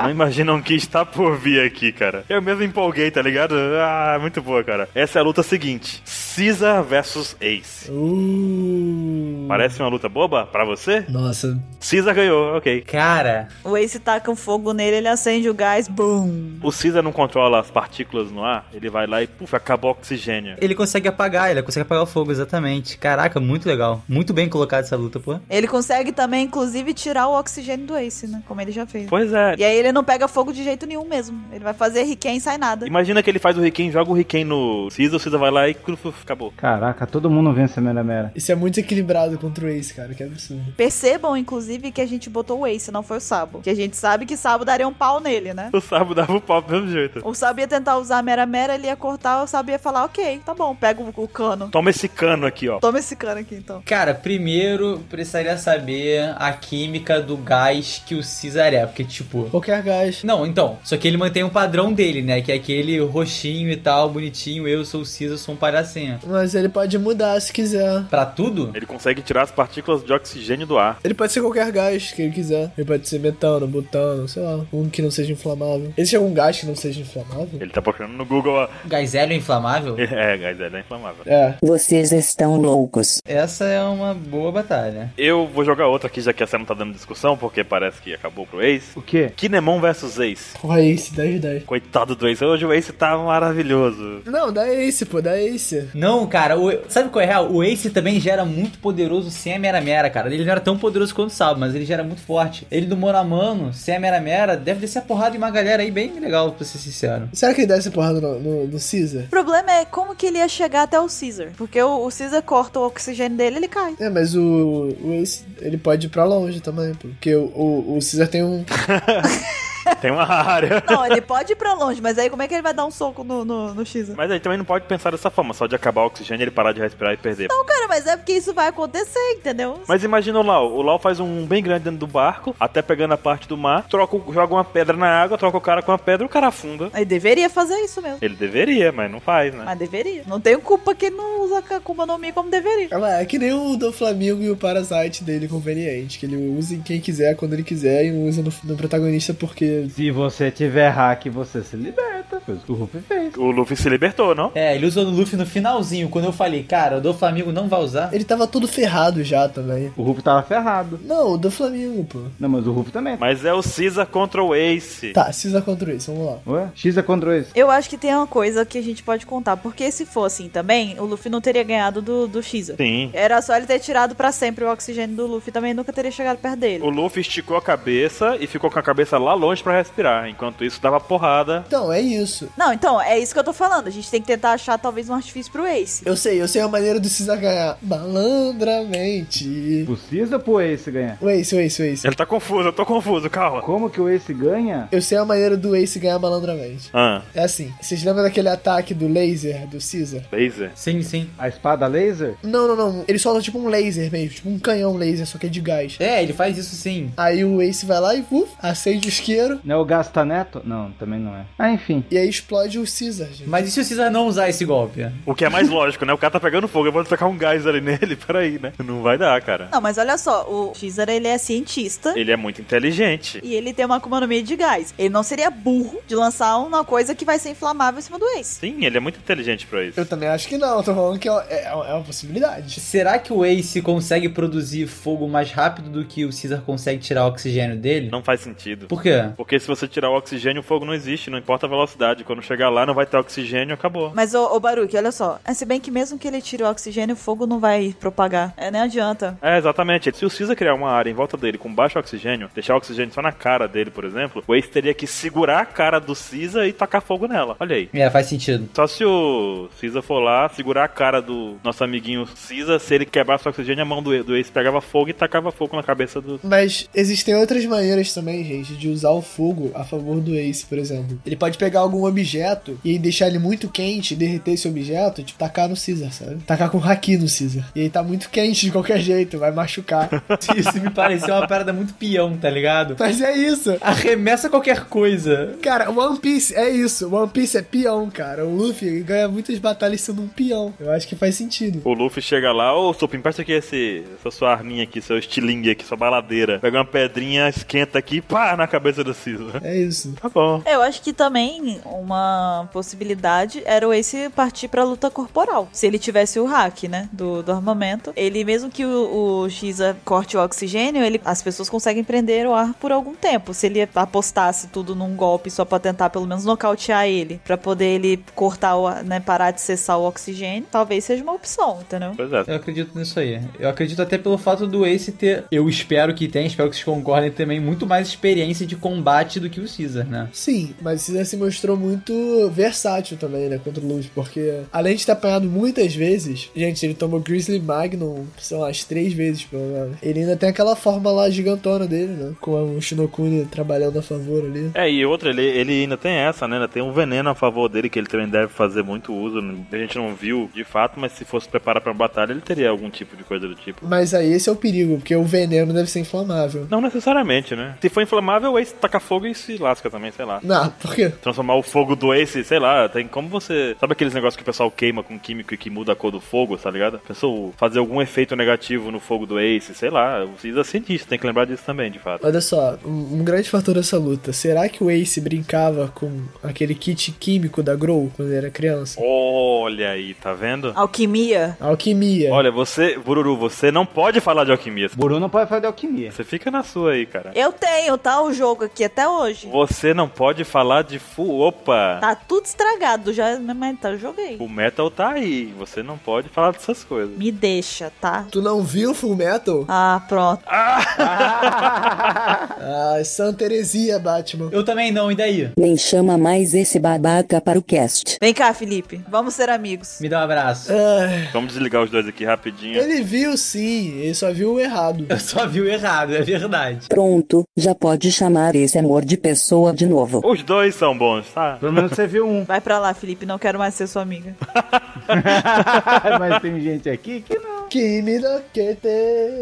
Não imaginam o que está por vir aqui, cara. Eu mesmo empolguei, tá ligado? Ah, muito boa, cara. Essa é a luta seguinte: Caesar versus Ace. Uh. Parece uma luta boba pra você? Nossa. Caesar ganhou, ok. Cara, o Ace taca um fogo nele, ele acende o gás, boom. O Caesar não controla as partículas no ar, ele vai lá e puf, acabou o oxigênio. ele consegue apagar, ele consegue apagar o fogo, exatamente. Caraca, muito legal. Muito bem colocado essa luta, pô. Ele consegue também, inclusive, tirar o oxigênio do Ace, né? Como ele já fez. Pois é. E aí ele não pega fogo de jeito nenhum mesmo. Ele vai fazer Riken e sai nada. Imagina que ele faz o Riken, joga o Riken no Caesar, o Caesar vai lá e cruf, acabou. Caraca, todo mundo vence a Mera Mera. Isso é muito equilibrado contra o Ace, cara, que absurdo. Percebam, inclusive, que a gente botou o Ace, não foi o Sabo. Que a gente sabe que Sabo daria um pau nele, né? O Sabo dava o pau do mesmo jeito. O Sabo ia tentar usar a Mera Mera, ele ia cortar, o Sabo ia falar, ok, tá bom, pega o, o cano. Toma esse cano aqui, ó. Toma esse cano aqui, então. Cara, primeiro precisaria saber a química do gás que o Caesar é, porque tipo. Qualquer gás. Não, então, só que ele mantém o padrão dele, né? Que é aquele roxinho e tal, bonitinho, eu sou o Caesar, sou um palhacinho. Mas ele pode mudar se quiser. Pra tudo? Ele consegue consegue tirar as partículas de oxigênio do ar. Ele pode ser qualquer gás que ele quiser. Ele pode ser metano, butano, sei lá. Um que não seja inflamável. Existe algum gás que não seja inflamável? Ele tá procurando no Google. ó. Gás hélio inflamável? É, gás, ele é inflamável. É. Vocês estão loucos. Essa é uma boa batalha. Eu vou jogar outra aqui, já que essa não tá dando discussão, porque parece que acabou pro Ace. O quê? Kinemon versus Ace. Porra, é Ace, 10 de 10. Coitado do Ace. Hoje o Ace tá maravilhoso. Não, dá Ace, pô, dá Ace. Não, cara, o- sabe qual é real? O Ace também já era muito poderoso sem a Mera Mera, cara. Ele não era tão poderoso quanto o Sabo, mas ele já era muito forte. Ele do mano a mano, sem a Mera Mera, deve descer a porrada em uma galera aí bem legal, pra ser sincero. Será que ele desce porrada no, no, no Caesar? O problema é como que ele ia chegar até o Caesar. Porque o, o Caesar corta o oxigênio dele ele cai. É, mas o, o Ace, ele pode ir pra longe também, pô. Porque o, o, o Caesar tem um... Tem uma área. Não, ele pode ir pra longe, mas aí como é que ele vai dar um soco no, no, no Caesar? Mas aí também não pode pensar dessa forma, só de acabar o oxigênio ele parar de respirar e perder. Não, cara, mas é porque isso vai acontecer, entendeu? Mas imagina o Lau. O Lau faz um bem grande dentro do barco, até pegando a parte do mar, troca, o- joga uma pedra na água, troca o cara com a pedra, o cara afunda. Ele deveria fazer isso mesmo. Ele deveria, mas não faz, né? Mas deveria. Não tenho culpa que ele não usa a Akuma no Mi como deveria. Ah, lá, É que nem o do Flamengo e o Parasite dele conveniente, que ele usa em quem quiser, quando ele quiser, e não usa no, no protagonista porque... Se você tiver hack, você se liberta. Foi isso que o Ruff fez. O Luffy se libertou, não? É, ele usou no Luffy no finalzinho, quando eu falei, cara, o do Flamengo não vai usar. Ele tava todo ferrado já também. O Ruff tava ferrado. Não, o do Flamengo, pô. Não, mas o Ruff também. Mas é o Caesar contra o Ace. Tá, Caesar contra isso, vamos lá. Ué? X é contra isso. Eu acho que tem uma coisa que a gente pode contar, porque se fosse assim também, o Luffy não teria ganhado do, do Caesar. Sim. Era só ele ter tirado pra sempre o oxigênio do Luffy, também nunca teria chegado perto dele. O Luffy esticou a cabeça e ficou com a cabeça lá longe pra respirar. Enquanto isso, dava porrada. Então, é isso. Não, então, é isso que eu tô falando. A gente tem que tentar achar talvez um artifício pro Ace. Eu sei, eu sei a maneira do Caesar ganhar. Malandramente. Precisa pro Ace ganhar. O Ace, o Ace, o Ace. Ele tá confuso, eu tô confuso, calma. Como que o Ace ganha? Eu sei a maneira do Ace ganhar malandramente. Ah, É assim, vocês lembram daquele ataque do laser do Caesar? Laser? Sim, sim. A espada laser? Não, não, não. Ele solta tipo um laser mesmo, tipo um canhão laser, só que é de gás. É, ele faz isso sim. Aí o Ace vai lá e uf, acende o isqueiro Não é o Gastaneto? Não, também não é. Ah, enfim. e aí explode o Caesar, gente. Mas e se o Caesar não usar esse golpe? O que é mais lógico, né? O cara tá pegando fogo, eu vou tacar um gás ali nele, peraí, né? Não vai dar, cara. Não, mas olha só, o Caesar ele é cientista. Ele é muito inteligente. E ele tem uma Akuma no Mi de gás. Ele não seria burro de lançar uma coisa que vai ser inflamável em cima do Ace. Sim, ele é muito inteligente pra isso. Eu também acho que não, tô falando que é, é- é uma possibilidade. Será que o Ace consegue produzir fogo mais rápido do que o Caesar consegue tirar o oxigênio dele? Não faz sentido. Por quê? Porque se você tirar o oxigênio, o fogo não existe, não importa a velocidade. Quando chegar lá, não vai ter oxigênio, acabou. Mas, ô, ô Baruque, olha só. É, se bem que mesmo que ele tire o oxigênio, o fogo não vai propagar. É, nem adianta. É, exatamente. Se o Caesar criar uma área em volta dele com baixo oxigênio, deixar o oxigênio só na cara dele, por exemplo, o Ace teria que segurar a cara do Caesar e tacar fogo nela. Olha aí. É, faz sentido. Só se o Caesar for lá segurar a cara do nosso amiguinho Caesar, se ele quebrasse o oxigênio, a mão do, do Ace pegava fogo e tacava fogo na cabeça do. Mas existem outras maneiras também, gente, de usar o fogo a favor do Ace, por exemplo. Ele pode pegar algum objeto e aí deixar ele muito quente, derreter esse objeto, tipo, tacar no Caesar, sabe? Tacar com haki no Caesar. E aí tá muito quente de qualquer jeito, vai machucar. Isso me pareceu uma parada muito peão, tá ligado? Mas é isso. Arremessa qualquer coisa. Cara, One Piece é isso. One Piece é peão, cara. O Luffy ganha muitas batalhas sendo um peão. Eu acho que faz sentido. O Luffy chega lá, ô Sopim, presta aqui esse, essa sua arminha aqui, seu estilingue aqui, sua baladeira. Pega uma pedrinha, esquenta aqui, pá, na cabeça do Caesar. É isso. Tá bom. Eu acho que também uma possibilidade era o Ace partir pra luta corporal. Se ele tivesse o hack, né? Do, do armamento. Ele, mesmo que o, o Xisa corte o oxigênio, ele, as pessoas conseguem prender o ar por algum tempo. Se ele apostasse tudo num golpe só pra tentar pelo menos nocautear ele, pra poder ele cortar o, ar, né? Parar de cessar o oxigênio, talvez seja uma opção, entendeu? Pois é. Eu acredito nisso aí. Eu acredito até pelo fato do Ace ter, eu espero que tenha, espero que vocês concordem também, muito mais experiência de combate do que o Caesar, né? Sim, mas Caesar se mostrou muito versátil também, né? Contra o Luffy, porque além de ter apanhado muitas vezes, gente, ele tomou Grizzly Magnum, sei lá, umas três vezes pelo menos. Ele ainda tem aquela forma lá gigantona dele, né? Com o Shinokuni trabalhando a favor ali. É, e outra, ele, ele ainda tem essa, né? Ainda tem um veneno a favor dele que ele também deve fazer muito uso. A gente não viu de fato, mas se fosse preparar pra uma batalha, ele teria algum tipo de coisa do tipo. Mas aí esse é o perigo, porque o veneno deve ser inflamável. Não necessariamente, né? Se for inflamável, o Ace taca fogo e se lasca também, sei lá. Não, por quê? Transformar o fogo do Ace, sei lá, tem como você. Sabe aqueles negócios que o pessoal queima com químico e que muda a cor do fogo, tá ligado? Pessoal, fazer algum efeito negativo no fogo do Ace, sei lá. Precisa ser disso, tem que lembrar disso também, de fato. Olha só, um, um grande fator dessa luta. Será que o Ace brincava com aquele kit químico da Grow quando ele era criança? Olha aí, tá Ah, vendo? Alquimia. Alquimia. Olha, você, Bururu, você não pode falar de alquimia. Buru não pode falar de alquimia. Você fica na sua aí, cara. Eu tenho, tá? O jogo aqui até hoje. Você não pode falar de fu. Opa! Tá tudo estragado já, mas tá, eu joguei. O metal tá aí. Você não pode falar dessas coisas. Me deixa, tá? Tu não viu Full Metal? Ah, pronto. Ah, Santa Heresia, Batman. Eu também não, e daí? Nem chama mais esse babaca para o cast. Vem cá, Felipe. Vamos ser amigos. Me dá um abraço. Ah, Vamos desligar os dois aqui rapidinho. ele viu sim, ele só viu o errado. Eu só vi o errado, é verdade. Pronto, já pode chamar esse amor de pessoa de novo. Os dois são bons, tá? Pelo menos você viu um. Vai pra lá, Felipe. Não quero mais ser sua amiga. Mas tem gente aqui que não. Kimi no Kete.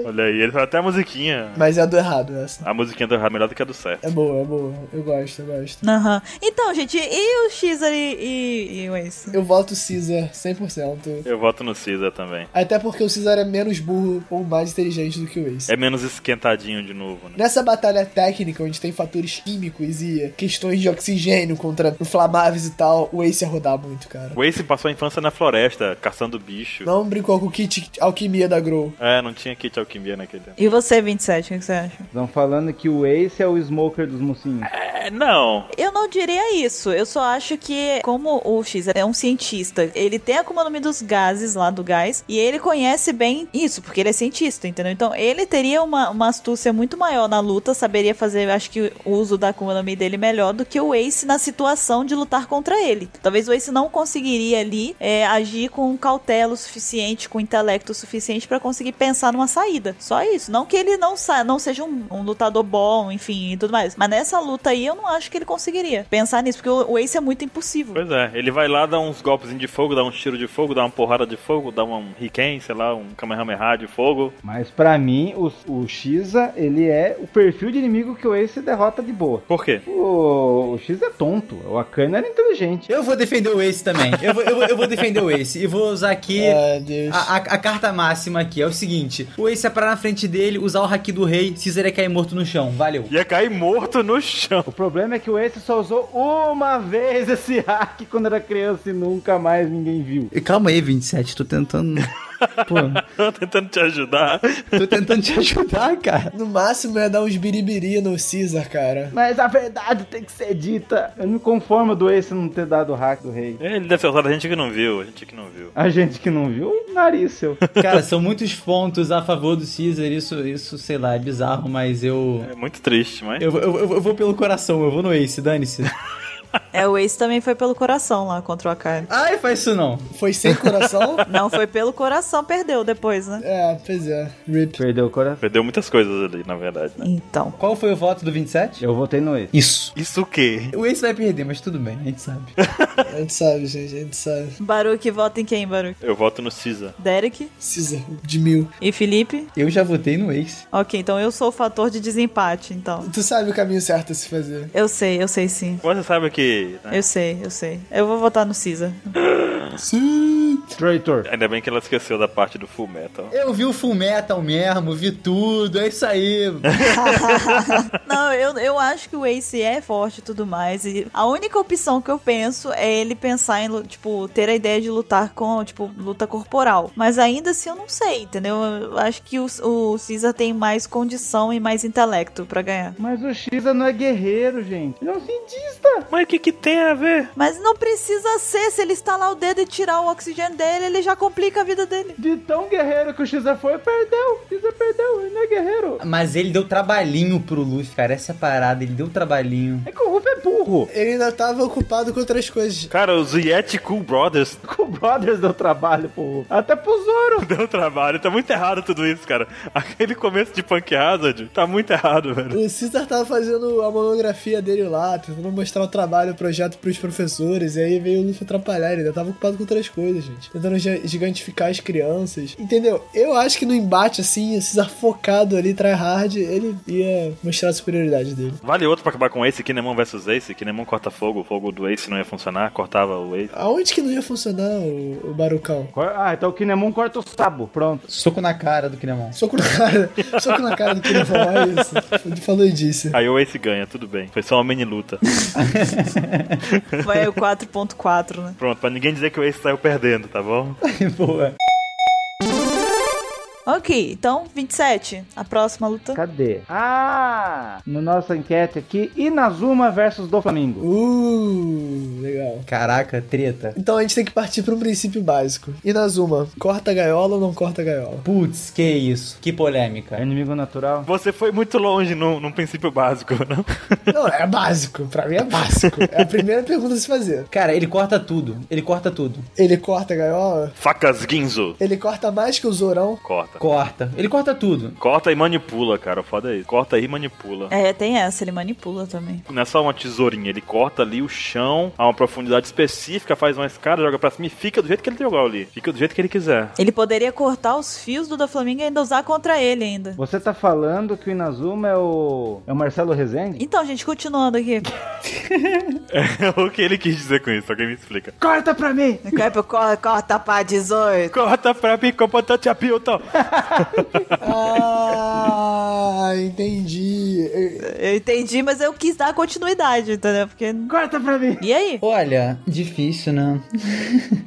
Olha aí, ele faz até a musiquinha. Mas é a do errado essa. A musiquinha do errado é melhor do que a do certo. É boa, é boa. Eu gosto, eu gosto. Aham. Então, gente, e o X ali e, e o Ace? Eu voto Caesar 100%. Eu voto no Caesar também. Até porque o Caesar é menos burro ou mais inteligente do que o Ace. É menos esquentadinho de novo, né? Nessa batalha técnica, onde tem fatores químicos e questões de oxigênio contra inflamáveis e tal, o Ace ia rodar muito, cara. O Ace passou a infância na floresta, caçando bicho. Não brincou com o kit alquimia da Grow. É, não tinha kit alquimia naquele tempo. E você, 27, o que você acha? Estão falando que o Ace é o smoker dos mocinhos. É, não. Eu não diria isso. Eu só acho que, como o X é um cientista, ele tem a Akuma no Mi dos gases lá do gás e ele conhece bem isso, porque ele é cientista, entendeu? Então ele teria uma, uma astúcia muito maior na luta, saberia fazer, acho que, o uso da Akuma no Mi dele melhor do que o Ace na situação de lutar contra ele. Talvez o Ace não conseguiria ali é, agir com cautela o suficiente, com intelecto o suficiente pra conseguir pensar numa saída. Só isso. Não que ele não, sa não seja um, um lutador bom, enfim, e tudo mais. Mas nessa luta aí eu não acho que ele conseguiria pensar nisso, porque o, o Ace é muito impossível. Pois é, ele vai lá, dá uns golpes de fogo, dá um tiro de fogo, dá uma porrada de fogo, dá um Riken, sei lá, um Kamehameha de fogo. Mas pra mim, o, o Shiza, ele é o perfil de inimigo que o Ace derrota de boa. Por quê? O, o Shiza é tonto, o Akane era inteligente. Eu vou defender o Ace também. Eu vou, eu vou, eu vou defender o Ace. E vou usar aqui Ah, Deus. a, a- a carta máxima aqui. É o seguinte: o Ace é parar na frente dele, usar o haki do rei, Caesar é cair morto no chão. Valeu. Ia cair morto no chão. O problema é que o Ace só usou uma vez esse hack quando era criança e nunca mais ninguém viu. E Calma aí, 27, tô tentando. Pô, Tô tentando te ajudar. tô tentando te ajudar, cara. No máximo é dar uns biribiri no Caesar, cara. Mas a verdade tem que ser dita. Eu não me conformo do Ace não ter dado o hack do rei. É, Ele deve ter usado a gente que não viu, a gente que não viu. A gente que não viu, nariz seu. Cara, são muitos pontos a favor do Caesar. Isso, isso sei lá, é bizarro, mas eu. É muito triste, mas. Eu, eu, eu- eu vou pelo coração, eu vou no Ace, dane-se. É, o Ace também foi pelo coração lá contra o Akane. Ai, faz isso não. Foi sem coração? Não foi pelo coração, perdeu depois, né? é, pois é. Rip. Perdeu o coração. Perdeu muitas coisas ali, na verdade, né? Então. Qual foi o voto do 27? Eu votei no Ace. Isso. Isso o quê? O Ace vai perder, mas tudo bem, a gente sabe. A gente sabe, gente, a gente sabe. Baruque, vota em quem, Baruque? Eu voto no Cisa. Derek Caesar, de mil. e Felipe? Eu já votei no Ace. Ok, então eu sou o fator de desempate, então. Tu sabe o caminho certo a se fazer. Eu sei, eu sei sim. Você sabe que. né? Eu sei, eu sei. Eu vou votar no Cisa. Traitor. Ainda bem que ela esqueceu da parte do Full Metal. Eu vi o Full Metal mesmo, vi tudo, é isso aí. Não, eu, eu acho que o Ace é forte e tudo mais. E a única opção que eu penso é ele pensar em, lu- tipo, ter a ideia de lutar com, tipo, luta corporal. Mas ainda assim eu não sei, entendeu? Eu acho que o, o Cisa tem mais condição e mais intelecto pra ganhar. Mas o Shiza não é guerreiro, gente. Ele é um cientista. Mas o que, que tem a ver? Mas não precisa ser, se ele estalar o dedo e tirar o oxigênio dele, ele já complica a vida dele. De tão guerreiro que o Shiza foi, perdeu. Shiza perdeu, ele não é guerreiro. Mas ele deu trabalhinho pro Luffy, cara. Essa é a parada, ele deu trabalhinho. É que o Ruff é burro. Ele ainda tava ocupado com outras coisas. Cara, os Yeti Cool Brothers O Brothers deu trabalho pro Ruff. Até pro Zoro. deu trabalho. Tá muito errado tudo isso, cara. Aquele começo de Punk Hazard tá muito errado, velho. O Caesar tava fazendo a monografia dele lá, tentando mostrar o trabalho, o projeto pros professores, e aí veio o Luffy atrapalhar, ele ainda tava ocupado com outras coisas, gente. tentando gi- gigantificar as crianças. Entendeu? Eu acho que no embate, assim, esse safocado ali, tryhard, ele ia mostrar a superioridade dele. Vale outro pra acabar com Ace, Kinemon versus Ace. Kinemon corta fogo, o fogo do Ace não ia funcionar, cortava o Ace. Aonde que não ia funcionar o, o Barucão? Cor- Ah, então o Kinemon corta o sabo. Pronto. Soco na cara do Kinemon. Soco na cara, soco na cara do que ele falou olha isso. Ele falou e disse. Aí o Ace ganha, tudo bem. Foi só uma mini luta. Vai é o 4.4, né? Pronto, pra ninguém dizer que o Ace saiu perdendo, tá bom? Boa. Ok, então 27. A próxima luta. Cadê? Ah! No nossa enquete aqui, Inazuma versus do Flamengo. Uh, legal. Caraca, treta. Então a gente tem que partir para um princípio básico. Inazuma, corta a gaiola ou não corta a gaiola? Putz, que isso. Que É polêmica. inimigo natural. Você foi muito longe num, num princípio básico, não? Não, é básico. Pra mim é básico. É a primeira pergunta a se fazer. Cara, ele corta tudo. Ele corta tudo. Ele corta a gaiola? Facas Ginzo. Ele corta mais que o Zorão? Corta. Corta. Ele corta tudo. Corta e manipula, cara. Foda é isso. Corta e manipula. É, tem essa, ele manipula também. Não é só uma tesourinha, ele corta ali o chão a uma profundidade específica, faz uma escada, joga pra cima e fica do jeito que ele jogou ali. Fica do jeito que ele quiser. Ele poderia cortar os fios do Doflamingo e ainda usar contra ele ainda. Você tá falando que o Inazuma é o. É o Marcelo Rezende? Então, gente, continuando aqui. É o que ele quis dizer com isso, alguém me explica. Corta pra mim! Kuiper corta, corta pra 18. Corta pra mim, combatante Abilton! Ah, entendi. Eu entendi, mas eu quis dar continuidade, entendeu? Porque. Corta pra mim! E aí? Olha, difícil, né?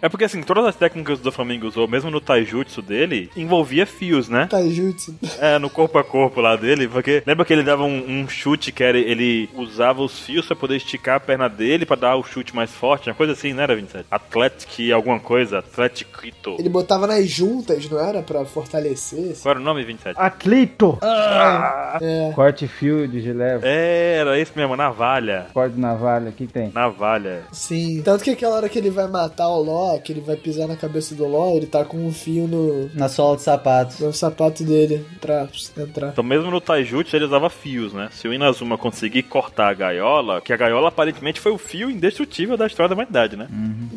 É porque assim, todas as técnicas que o Flamengo usou, mesmo no taijutsu dele, envolvia fios, né? tá Taijutsu. É, no corpo a corpo lá dele, porque lembra que ele dava um, um chute que era, ele usava os fios pra poder esticar a perna dele pra dar o chute mais forte, uma coisa assim, né, era 27? Athletic alguma coisa, Atleticito. Ele botava nas juntas, não era? Pra fortalecer. Qual era o nome, 27? Atlito! É. Ah. Corte fio de gileve. É, Era isso mesmo, navalha. Corte de navalha, o que tem? Navalha. Sim. Tanto que aquela hora que ele vai matar o Ló, que ele vai pisar na cabeça do Ló, ele tá com um fio no, Na sola de sapato. no sapato dele pra entrar. Então, mesmo no Taijutsu, ele usava fios, né? Se o Inazuma conseguir cortar a gaiola, que a gaiola aparentemente foi o fio indestrutível da história da humanidade, né?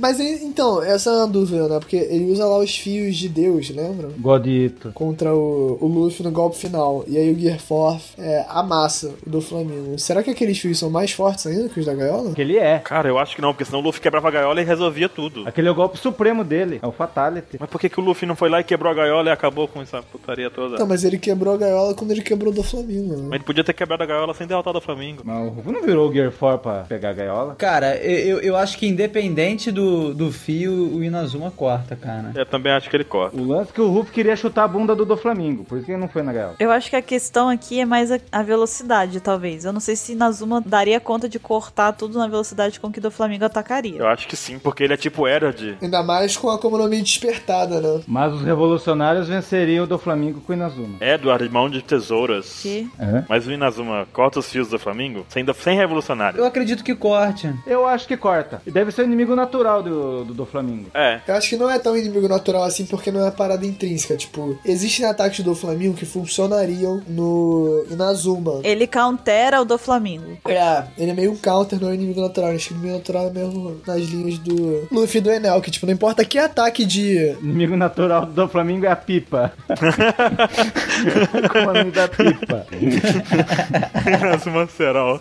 Mas aí, então, essa é uma dúvida, né? Porque ele usa lá os fios de Deus, lembra? Godito. Contra o, o Luffy no golpe final. E aí o Gear Force é, amassa o do Flamengo. Será que aqueles fios são mais fortes ainda que os da gaiola? Que ele é. Cara, eu acho que não, porque senão o Luffy quebrava a gaiola e resolvia tudo. Aquele é o golpe supremo dele. É o Fatality. Mas por que, que o Luffy não foi lá e quebrou a gaiola e acabou com essa putaria toda? Não, mas ele quebrou a gaiola quando ele quebrou o do né? Flamengo. Mas ele podia ter quebrado a gaiola sem derrotar o Flamengo. Mas o Ruffy não virou o Gear 4 pra pegar a gaiola? Cara, eu, eu- eu acho que independente do, do fio, o Inazuma corta, cara. Eu também acho que ele corta. O lance é que o Ruff queria chutar a bunda do do Flamengo, por isso que ele não foi na gaiola. Eu acho que a questão aqui é mais a, a velocidade, talvez. Eu não sei se Nazuma daria conta de cortar tudo na velocidade com que o Doflamingo atacaria. Eu acho que sim, porque ele é tipo Herod. Ainda mais com a economia despertada, né? Mas os revolucionários venceriam o do Flamengo com o Inazuma. Edward, mão de tesouras. Que- Aham. Mas o Inazuma corta os fios do Flamengo sem, sem revolucionário. Eu acredito que corte. Eu acho que corta. E deve ser o inimigo natural do, do, do Flamengo. É, Eu acho que não é tão inimigo natural assim porque não é parada intrínseca. Tipo, existem ataques do Flamengo que funcionariam no Inazuma. Ele countera o Doflamingo. É, ele é meio um counter, não é inimigo natural. Acho que o inimigo natural é mesmo nas linhas do Luffy e do Enel, que tipo, não importa que ataque de. O inimigo natural do do Flamengo é a pipa. Como o nome da pipa. Inazuma Serol.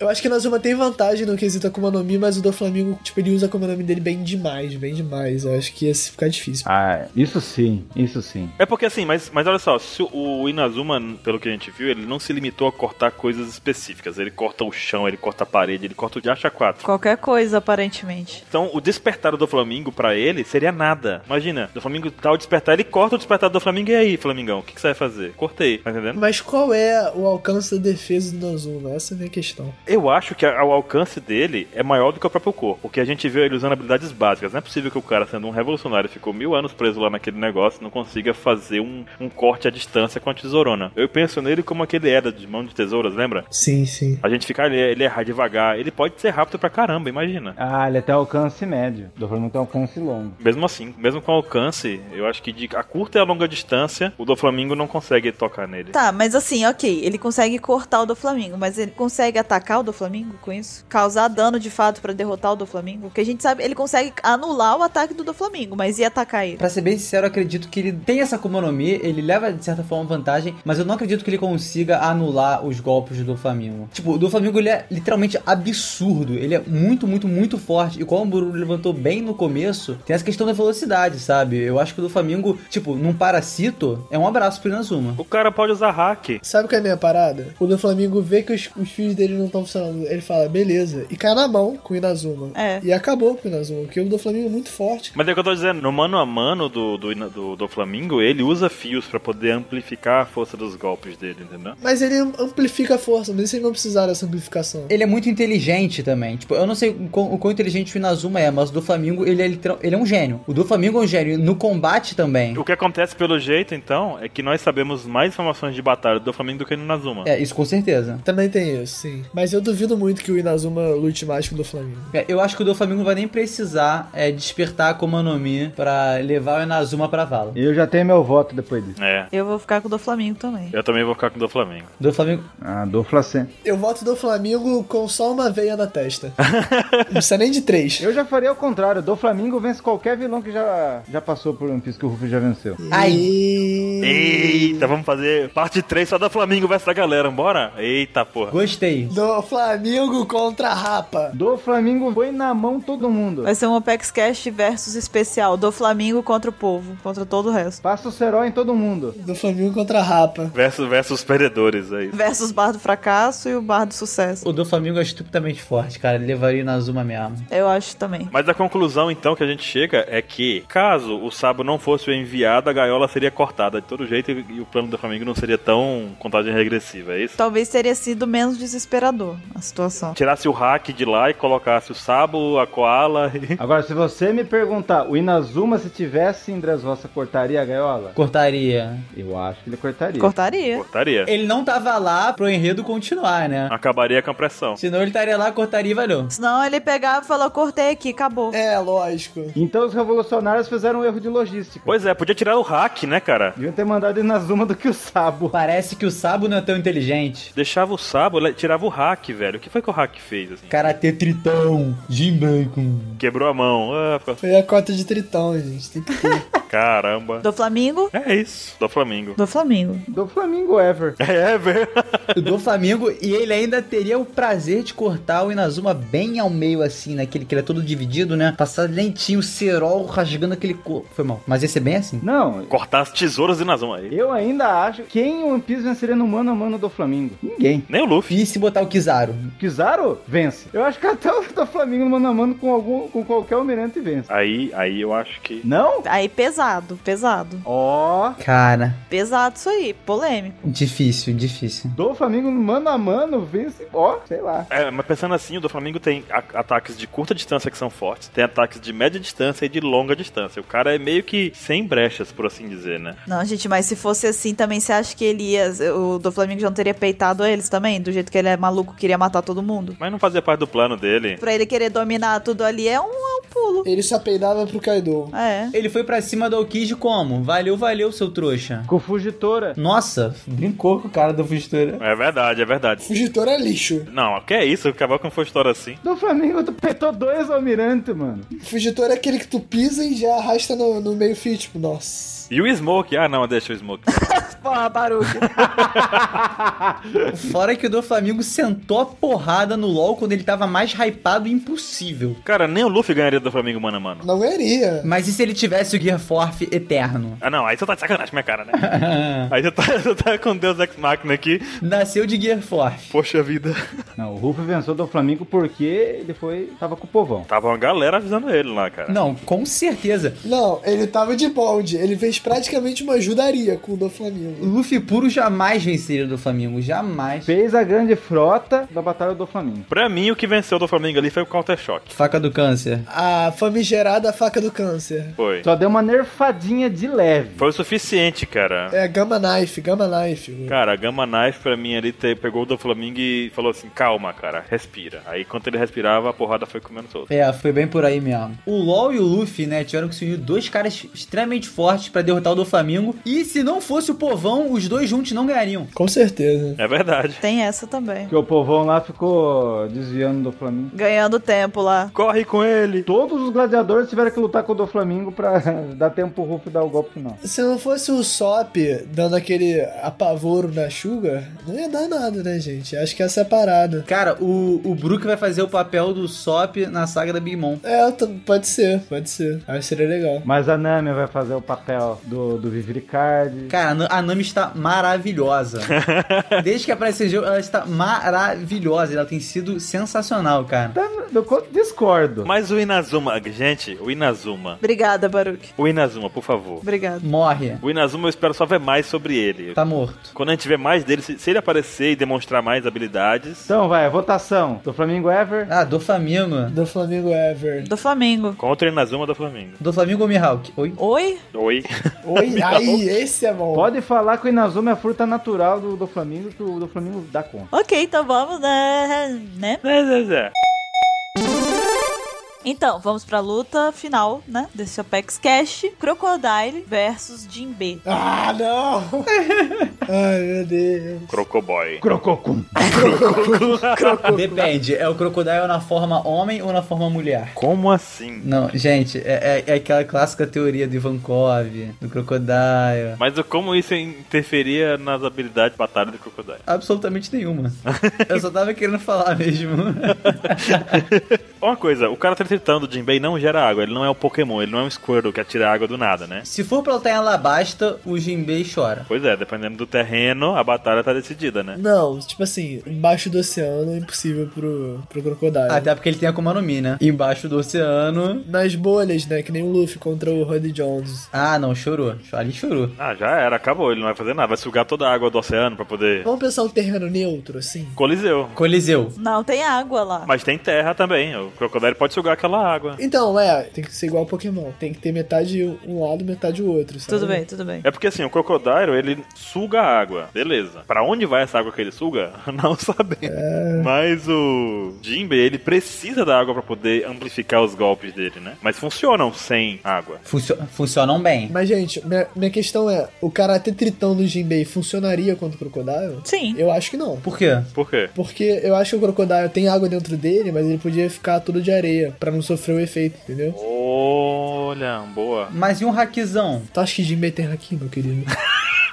Eu acho que o Inazuma tem vantagem no quesito Akuma no Mi, mas o do Flamengo, tipo, ele usa a Akuma no Mi dele bem demais, bem demais. Eu acho que ia ficar difícil. Ah, isso sim, isso sim. É porque assim, mas, mas olha só, se o Inazuma, pelo que a gente viu, ele não se limitou a cortar coisas específicas. Ele corta o chão, ele corta a parede, ele corta o de acha 4. Qualquer coisa, aparentemente. Então, o despertar do Flamengo pra ele seria nada. Imagina, do Flamengo tá o despertar, ele corta o despertar do Flamengo e aí, Flamingão, o que, que você vai fazer? Cortei, tá entendendo? Mas qual é o alcance da defesa do Inazuma? Essa é a minha questão. Eu acho que a- o alcance dele é maior do que o próprio corpo, porque a gente viu ele usando habilidades básicas. Não é possível que o cara, sendo um revolucionário, ficou mil anos preso lá naquele negócio, não consiga fazer um, um corte à distância com a tesourona. Eu penso nele como aquele era de mão de tesouras, lembra? Sim, sim. A gente ficar, ele, ele errar devagar. Ele pode ser rápido pra caramba, imagina. Ah, ele até alcance médio. Doflamingo tem alcance longo. Mesmo assim, mesmo com alcance, eu acho que de, a curta e a longa distância, o do Flamengo não consegue tocar nele. Tá, mas assim, ok, ele consegue cortar o do Flamengo, mas ele consegue atacar o do Flamengo com isso? Causar dano de fato pra derrotar o do Flamengo? Porque a gente sabe, ele consegue anular o ataque do do Flamengo, mas e atacar ele? Pra ser bem sincero, eu acredito que ele tem essa Akuma no Mi, ele leva de certa forma vantagem, mas eu não acredito que ele consiga anular os golpes do Flamengo. Tipo, o do Flamengo ele é literalmente absurdo, ele é muito, muito, muito forte. E como o Buru levantou bem no começo, tem essa questão da velocidade, sabe? Eu acho que o do Flamengo, tipo, num parasito, é um abraço pro Inazuma. O cara pode usar hack. Sabe o que é a minha parada? O do Flamengo vê que os, os fios dele não estão funcionando. Ele fala, beleza. E cai na mão com o Inazuma. É. E acabou com o Inazuma, porque o do Flamengo é muito forte. Mas é o que eu tô dizendo, no mano a mano do, do, Ina- do, do Flamingo, ele usa fios pra poder amplificar a força dos golpes dele, entendeu? Mas ele amplifica a força, mas vocês não precisaram dessa amplificação. Ele é muito inteligente também. Tipo, eu não sei o quão, o quão inteligente o Inazuma é, mas o do Flamengo, ele é, literal- ele é um gênio. O do Flamengo é um gênio. No combate também. O que acontece pelo jeito, então, é que nós sabemos mais informações de batalha do Flamengo do que no Nazuma. É, isso com certeza. Também tem isso, sim. Mas eu duvido muito que o Inazuma lute mais que o do Flamengo. É, Eu acho que o do Flamengo não vai nem precisar é, despertar a Akuma no Mi pra levar o Inazuma pra vala. E eu já tenho meu voto depois disso. É. Eu vou ficar com o do Flamengo também. Eu também vou ficar com o do Flamengo. O Do Flamengo, Ah, Doflacen. Eu voto do Flamengo com só uma veia na testa. não precisa nem de três. Eu já faria o contrário. Do Flamengo vence qualquer vilão que já, já passou por um piso que o Ruff já venceu. Eita, vamos fazer parte 3 só do Flamengo versus a galera, bora? Eita porra. gostei. Do Flamengo contra a Rapa. Do Flamengo foi na mão todo mundo. Vai ser um Apex Cash versus especial do Flamengo contra o povo, contra todo o resto. Passa o Serol em todo mundo. Do Flamengo contra a Rapa. Versus, versus perdedores, é isso. Versus Bar do Fracasso e o Bar do Sucesso. O do Flamengo é estupidamente forte, cara. Ele levaria o Inazuma mesmo. Eu acho também. Mas a conclusão, então, que a gente chega é que, caso o Sabo não fosse o enviado, a gaiola seria cortada de todo jeito e e o plano do Flamengo não seria tão contagem regressiva, é isso? Talvez teria sido menos desesperador a situação. Tirasse o hack de lá e colocasse o Sabo, a Koala e... Agora, se você me perguntar, o Inazuma, se tivesse em Dressrosa, cortaria a gaiola? Cortaria. Eu acho que ele cortaria. Cortaria. Cortaria. Ele não tava lá pro enredo continuar, né? Acabaria com a pressão. Senão ele estaria lá, cortaria e valeu. Senão ele pegava e falou, cortei aqui, acabou. É, lógico. Então os revolucionários fizeram um erro de logística. Pois é, podia tirar o hack, né, cara? Deviam ter mandado o Inazuma do que o Sabo. Parece que o Sabo não é tão inteligente. Deixava o Sabo, ele tirava o hack, velho. O que foi que o hack fez, assim? Karatê Tritão, Jim Bacon. Quebrou a mão. Ah, ficou- assim, Foi a cota de Tritão, gente. Tem que ter. caramba. Do Flamengo? É isso, do Flamengo. Do Flamengo. Do Flamengo Ever. É, velho. O do Flamengo, e ele ainda teria o prazer de cortar o Inazuma bem ao meio, assim, naquele que ele é todo dividido, né? Passar lentinho, cerol, rasgando aquele corpo. Foi mal. Mas ia ser bem assim. Não, Cortar as tesouras de Nazuma aí. eu ainda acho quem o One Piece venceria no mano a mano do Flamengo. Ninguém. Nem o Luffy. E se botar o Kizaru? Kizaru vence. Eu acho que até o do Flamengo no mano a mano com, algum, com qualquer almirante vence. Aí, aí eu acho que... Não? Aí pesado, pesado. Ó, Cara, Pesado isso aí, polêmico. difícil, difícil. do Flamengo no mano a mano vence. Ó, sei lá. É, mas pensando assim, o do Flamengo tem a- ataques de curta distância que são fortes, tem ataques de média distância e de longa distância. O cara é meio que sem brechas, por assim dizer, né? Não, gente, mas se fosse assim também, você acha que ele ia. O do Flamengo já não teria peitado eles também? Do jeito que ele é maluco, queria matar todo mundo? Mas não fazia parte do plano dele. Pra ele querer dominar tudo ali é um, é um pulo. Ele só peidava pro Kaido. É. Ele foi pra cima do Okiji como? Valeu, valeu, seu trouxa. Com Fugitora. Nossa, brincou com o cara da Fugitora. É verdade, é verdade. Fugitor é lixo. Não, que é isso? Acabar com uma história assim. Do Flamengo, tu petou dois almirantes, mano. Fugitor é aquele que tu pisa e já arrasta no, no meio fio, tipo, nossa. E o Smoke? Ah, não, deixa o Smoke. Porra, barulho. Fora que o do Flamengo sentou a porrada no LoL quando ele tava mais hypado e impossível. Cara, nem o Luffy ganharia do Flamengo, mano a mano. Não ganharia. Mas e se ele tivesse o Gear Force eterno? Ah, não, aí você tá de sacanagem, minha cara, né? aí você tá, você tá com Deus Ex Machina aqui. Nasceu de Gear Force. Poxa vida. Não, o Ruff venceu do Flamengo porque ele foi. tava com o povão. Tava uma galera avisando ele lá, cara. Não, com certeza. Não, ele tava de bonde. Ele fez praticamente uma ajudaria com o do Flamengo. Luffy puro jamais venceria do Flamengo, jamais. Fez a grande frota da Batalha do Flamengo. Pra mim, o que venceu do Flamengo ali foi o Counter Shock. Faca do câncer. A famigerada faca do câncer. Foi. Só deu uma nerfadinha de leve. Foi o suficiente, cara. É, Gamma Knife, Gamma Knife. Cara, a Gama Knife pra mim ali te- pegou o do Flamengo e falou assim: calma, cara, respira. Aí quando ele respirava, a porrada foi comendo todo. É, foi bem por aí mesmo. O LoL e o Luffy, né, tiveram que se unir dois caras extremamente fortes pra derrotar o do Flamengo. E se não fosse o povão, os dois juntos não ganhariam. Com certeza. É verdade. Tem essa também. Que o povão lá ficou desviando do Flamengo. Ganhando tempo lá. Corre com ele! Todos os gladiadores tiveram que lutar com o do Flamengo pra dar tempo pro Ruff dar o golpe final. Se não fosse o Sop dando aquele apavoro na Sugar, não ia dar nada, né, gente? Acho que essa é a parada. Cara, o, o Brook vai fazer o papel do Sop na saga da Big Mom. É, t- pode ser, pode ser. Acho que seria legal. Mas a Nami vai fazer o papel do, do Vivricard. Cara, a Na- a Nami está maravilhosa. Desde que apareceu esse jogo, ela está maravilhosa. Ela tem sido sensacional, cara. Tá, Eu co- discordo. Mas o Inazuma, gente, o Inazuma. Obrigada, Baruque. O Inazuma, por favor. Obrigada. Morre. O Inazuma eu espero só ver mais sobre ele. Tá morto. Quando a gente vê mais dele, se, se ele aparecer e demonstrar mais habilidades, Então vai, votação. Do Flamengo Ever. Ah, do Flamengo. Do Flamengo Ever. Do Flamengo. contra o Inazuma do Flamengo. Do Flamengo ou Mihawk? Oi? Oi? Oi. Oi, aí, esse é bom. Pode falar que o Inazuma é a fruta natural do, do Flamengo, que o do Flamengo dá conta. Ok, então vamos, né? né? Zé, Zé, Zé. Então, vamos pra luta final, né? Desse Apex Cash. Crocodile versus Jinbe. Ah, não! Ai, meu Deus. Crocoboy. Crococum. Depende, é o crocodilo na forma homem ou na forma mulher? Como assim? Não, gente, é, é- é aquela clássica teoria do Ivankov, do crocodilo. Mas como isso interferia nas habilidades de batalha do Crocodile? Absolutamente nenhuma. Eu só tava querendo falar mesmo. Uma coisa, o cara tá tritando o Jinbei não gera água, ele não é um Pokémon, ele não é um Squirtle que atira água do nada, né? Se for pra lutar em Alabasta, o Jinbei chora. Pois é, dependendo do terreno, a batalha tá decidida, né? Não, tipo assim, embaixo do oceano é impossível pro, pro Crocodile. Até porque ele tem a Akuma no Mi, né? Embaixo do oceano. Nas bolhas, né? Que nem o Luffy contra o Roddy Jones. Ah, não, chorou. Ali chorou. Ah, já era, acabou, ele não vai fazer nada, vai sugar toda a água do oceano pra poder. Vamos pensar um terreno neutro, assim? Coliseu. Coliseu. Não, tem água lá. Mas tem terra também, o Crocodile pode sugar aquela água. Então, é, tem que ser igual ao Pokémon. Tem que ter metade um lado, metade o outro, sabe? Tudo bem, tudo bem. É porque assim, o Crocodile, ele suga a água, beleza. Pra onde vai essa água que ele suga? Não sabemos. Mas o Jinbe, ele precisa da água pra poder amplificar os golpes dele, né? Mas funcionam sem água. Funcio- funcionam bem. Mas, gente, minha, minha questão é: o karatê tritão do Jinbei funcionaria contra o Crocodile? Sim. Eu acho que não. Por quê? Por quê? Porque eu acho que o Crocodile tem água dentro dele, mas ele podia ficar todo de areia pra não sofrer o efeito, entendeu? Olha, boa. Mas e um hackzão? Tu acha que Jinbei tem aqui, meu querido?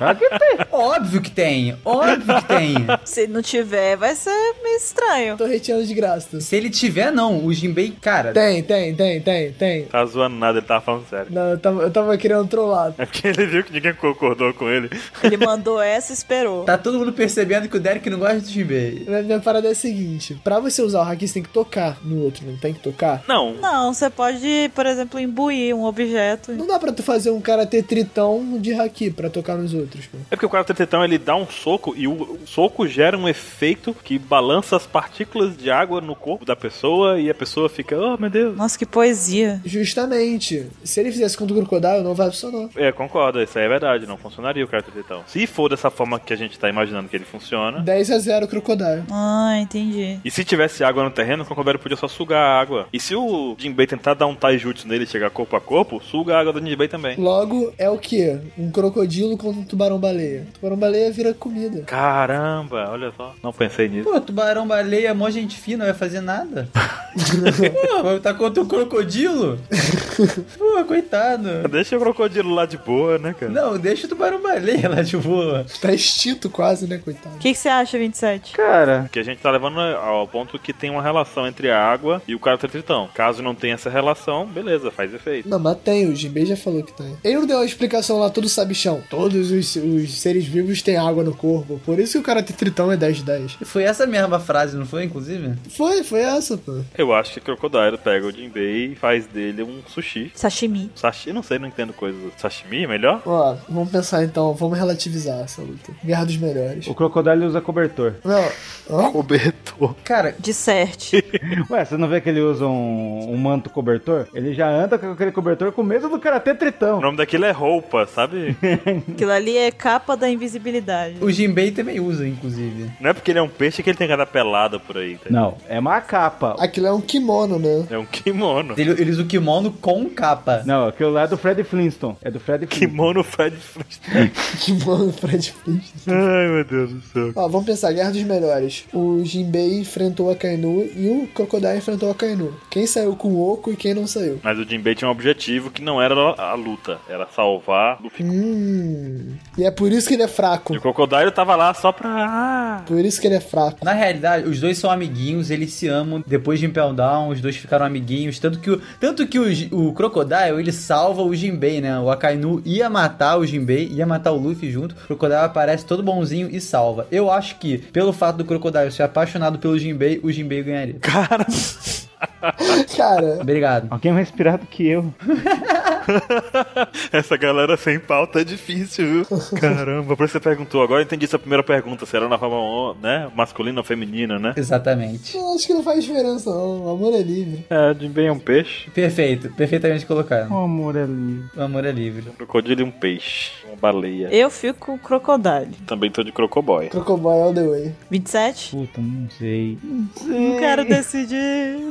Óbvio que tem. Óbvio que tem. Se não tiver, vai ser meio estranho. Tô retirando de graça. Se ele tiver, não. O Jinbei, cara. Tem, tem, tem, tem, tem. Tá zoando nada, ele tava falando sério. Não, eu tava, eu tava querendo trollar. É porque ele viu que ninguém concordou com ele. Ele mandou essa e esperou. Tá todo mundo percebendo que o Derek não gosta do Jinbei. Minha, minha parada é a seguinte: pra você usar o hack, você tem que tocar no outro, não tem que tocar? Não. Não, você pode, por exemplo, imbuir um objeto. Não dá pra tu fazer um karatê tritão de haki pra tocar nos outros, pô. É porque o cara tetão ele dá um soco e o, o soco gera um efeito que balança as partículas de água no corpo da pessoa e a pessoa fica, oh meu Deus. Nossa, que poesia. Justamente. Se ele fizesse contra o Crocodile, não vai funcionar. É, concordo, isso aí é verdade, não funcionaria o cara tetão. Se for dessa forma que a gente tá imaginando que ele funciona. 10 a 0 Crocodile. Ah, entendi. E se tivesse água no terreno, o Crocodile podia só sugar a água. E se o Jinbei tentar dar um taijutsu nele e chegar corpo a corpo, suga a água do Jinbei também. Logo, é o quê? Um crocodilo contra um tubarão-baleia. Tubarão-baleia vira comida. Caramba, olha só. Não pensei nisso. Pô, tubarão, baleia, mó gente fina, vai fazer nada. Pô, vai lutar contra um crocodilo? Pô, coitado. Deixa o crocodilo lá de boa, né, cara? Não, deixa o tubarão, baleia lá de boa. Tá extinto quase, né, coitado? O que que você acha, 27? Cara, Que a gente tá levando ao ponto que tem uma relação entre a água e o caráter tritão. Caso não tenha essa relação, beleza, faz efeito. Não, mas tem, o Jinbei já falou que tem. Ele não deu a explicação lá, todo sabichão. Todos os os, os seres vivos têm água no corpo. Por isso que o cara tem tritão é 10 de 10. Foi essa mesma frase, não foi, inclusive? Foi, foi essa, pô. Eu acho que Crocodile pega o Jinbei e faz dele um sushi. Sashimi. Sashi, não sei, não entendo coisa. do Sashimi, é melhor? Ó, vamos pensar então, vamos relativizar essa luta. Guerra dos melhores. O Crocodile usa cobertor. Não, ó, Cobertor. Cara, Disserte. Ué, você não vê que ele usa um, um manto cobertor? Ele já anda com aquele cobertor com medo do Karatê O Tritão. nome daquilo é roupa, sabe? Aquilo ali é capa da invisibilidade. o Jinbei também usa, inclusive. Não é porque ele é um peixe que ele tem que andar pelado por aí. tá? Não, é uma capa. aquilo é um kimono, né? É um kimono. Ele, ele usa o kimono com capa. Não, aquilo lá é do Fred Flintstone. É do Fred Flintstone. Kimono Fred Flintstone. Kimono Fred Flintstone. Ai, meu Deus do céu. Ó, vamos pensar, Guerra dos Melhores. O Jinbei enfrentou a Kainu e o Crocodile enfrentou a Kainu. Quem saiu com o Oco e quem não saiu? Mas o Jinbei tinha um objetivo que não era a luta, era salvar o Luffy. Hum. E é por isso que ele é fraco. E o Crocodile tava lá só pra. Ah, Por isso que ele é fraco. Na realidade, os dois são amiguinhos, eles se amam. Depois de Impel Down, os dois ficaram amiguinhos. Tanto que o, tanto que o, Ji- o Crocodile, ele salva o Jinbei, né? O Akainu ia matar o Jinbei, ia matar o Luffy junto. O Crocodile aparece todo bonzinho e salva. Eu acho que, pelo fato do Crocodile ser apaixonado pelo Jinbei, o Jinbei ganharia. cara. Cara, Obrigado. Alguém mais inspirado que eu. Essa galera sem pauta é difícil, viu? Caramba, por isso você perguntou. Agora eu entendi essa primeira pergunta. Se era na forma ó, né? masculina ou feminina, né? Exatamente. eu acho que não faz diferença, não. O amor é livre. É, o Jinbei é um peixe. Perfeito, perfeitamente colocado. Oh, amor é lindo. O amor é livre. O Crocodilo é um peixe. Uma baleia. Eu fico com o crocodile. Também tô de crocoboy. Crocodile all the way. 27? Puta, não sei. Não quero decidir.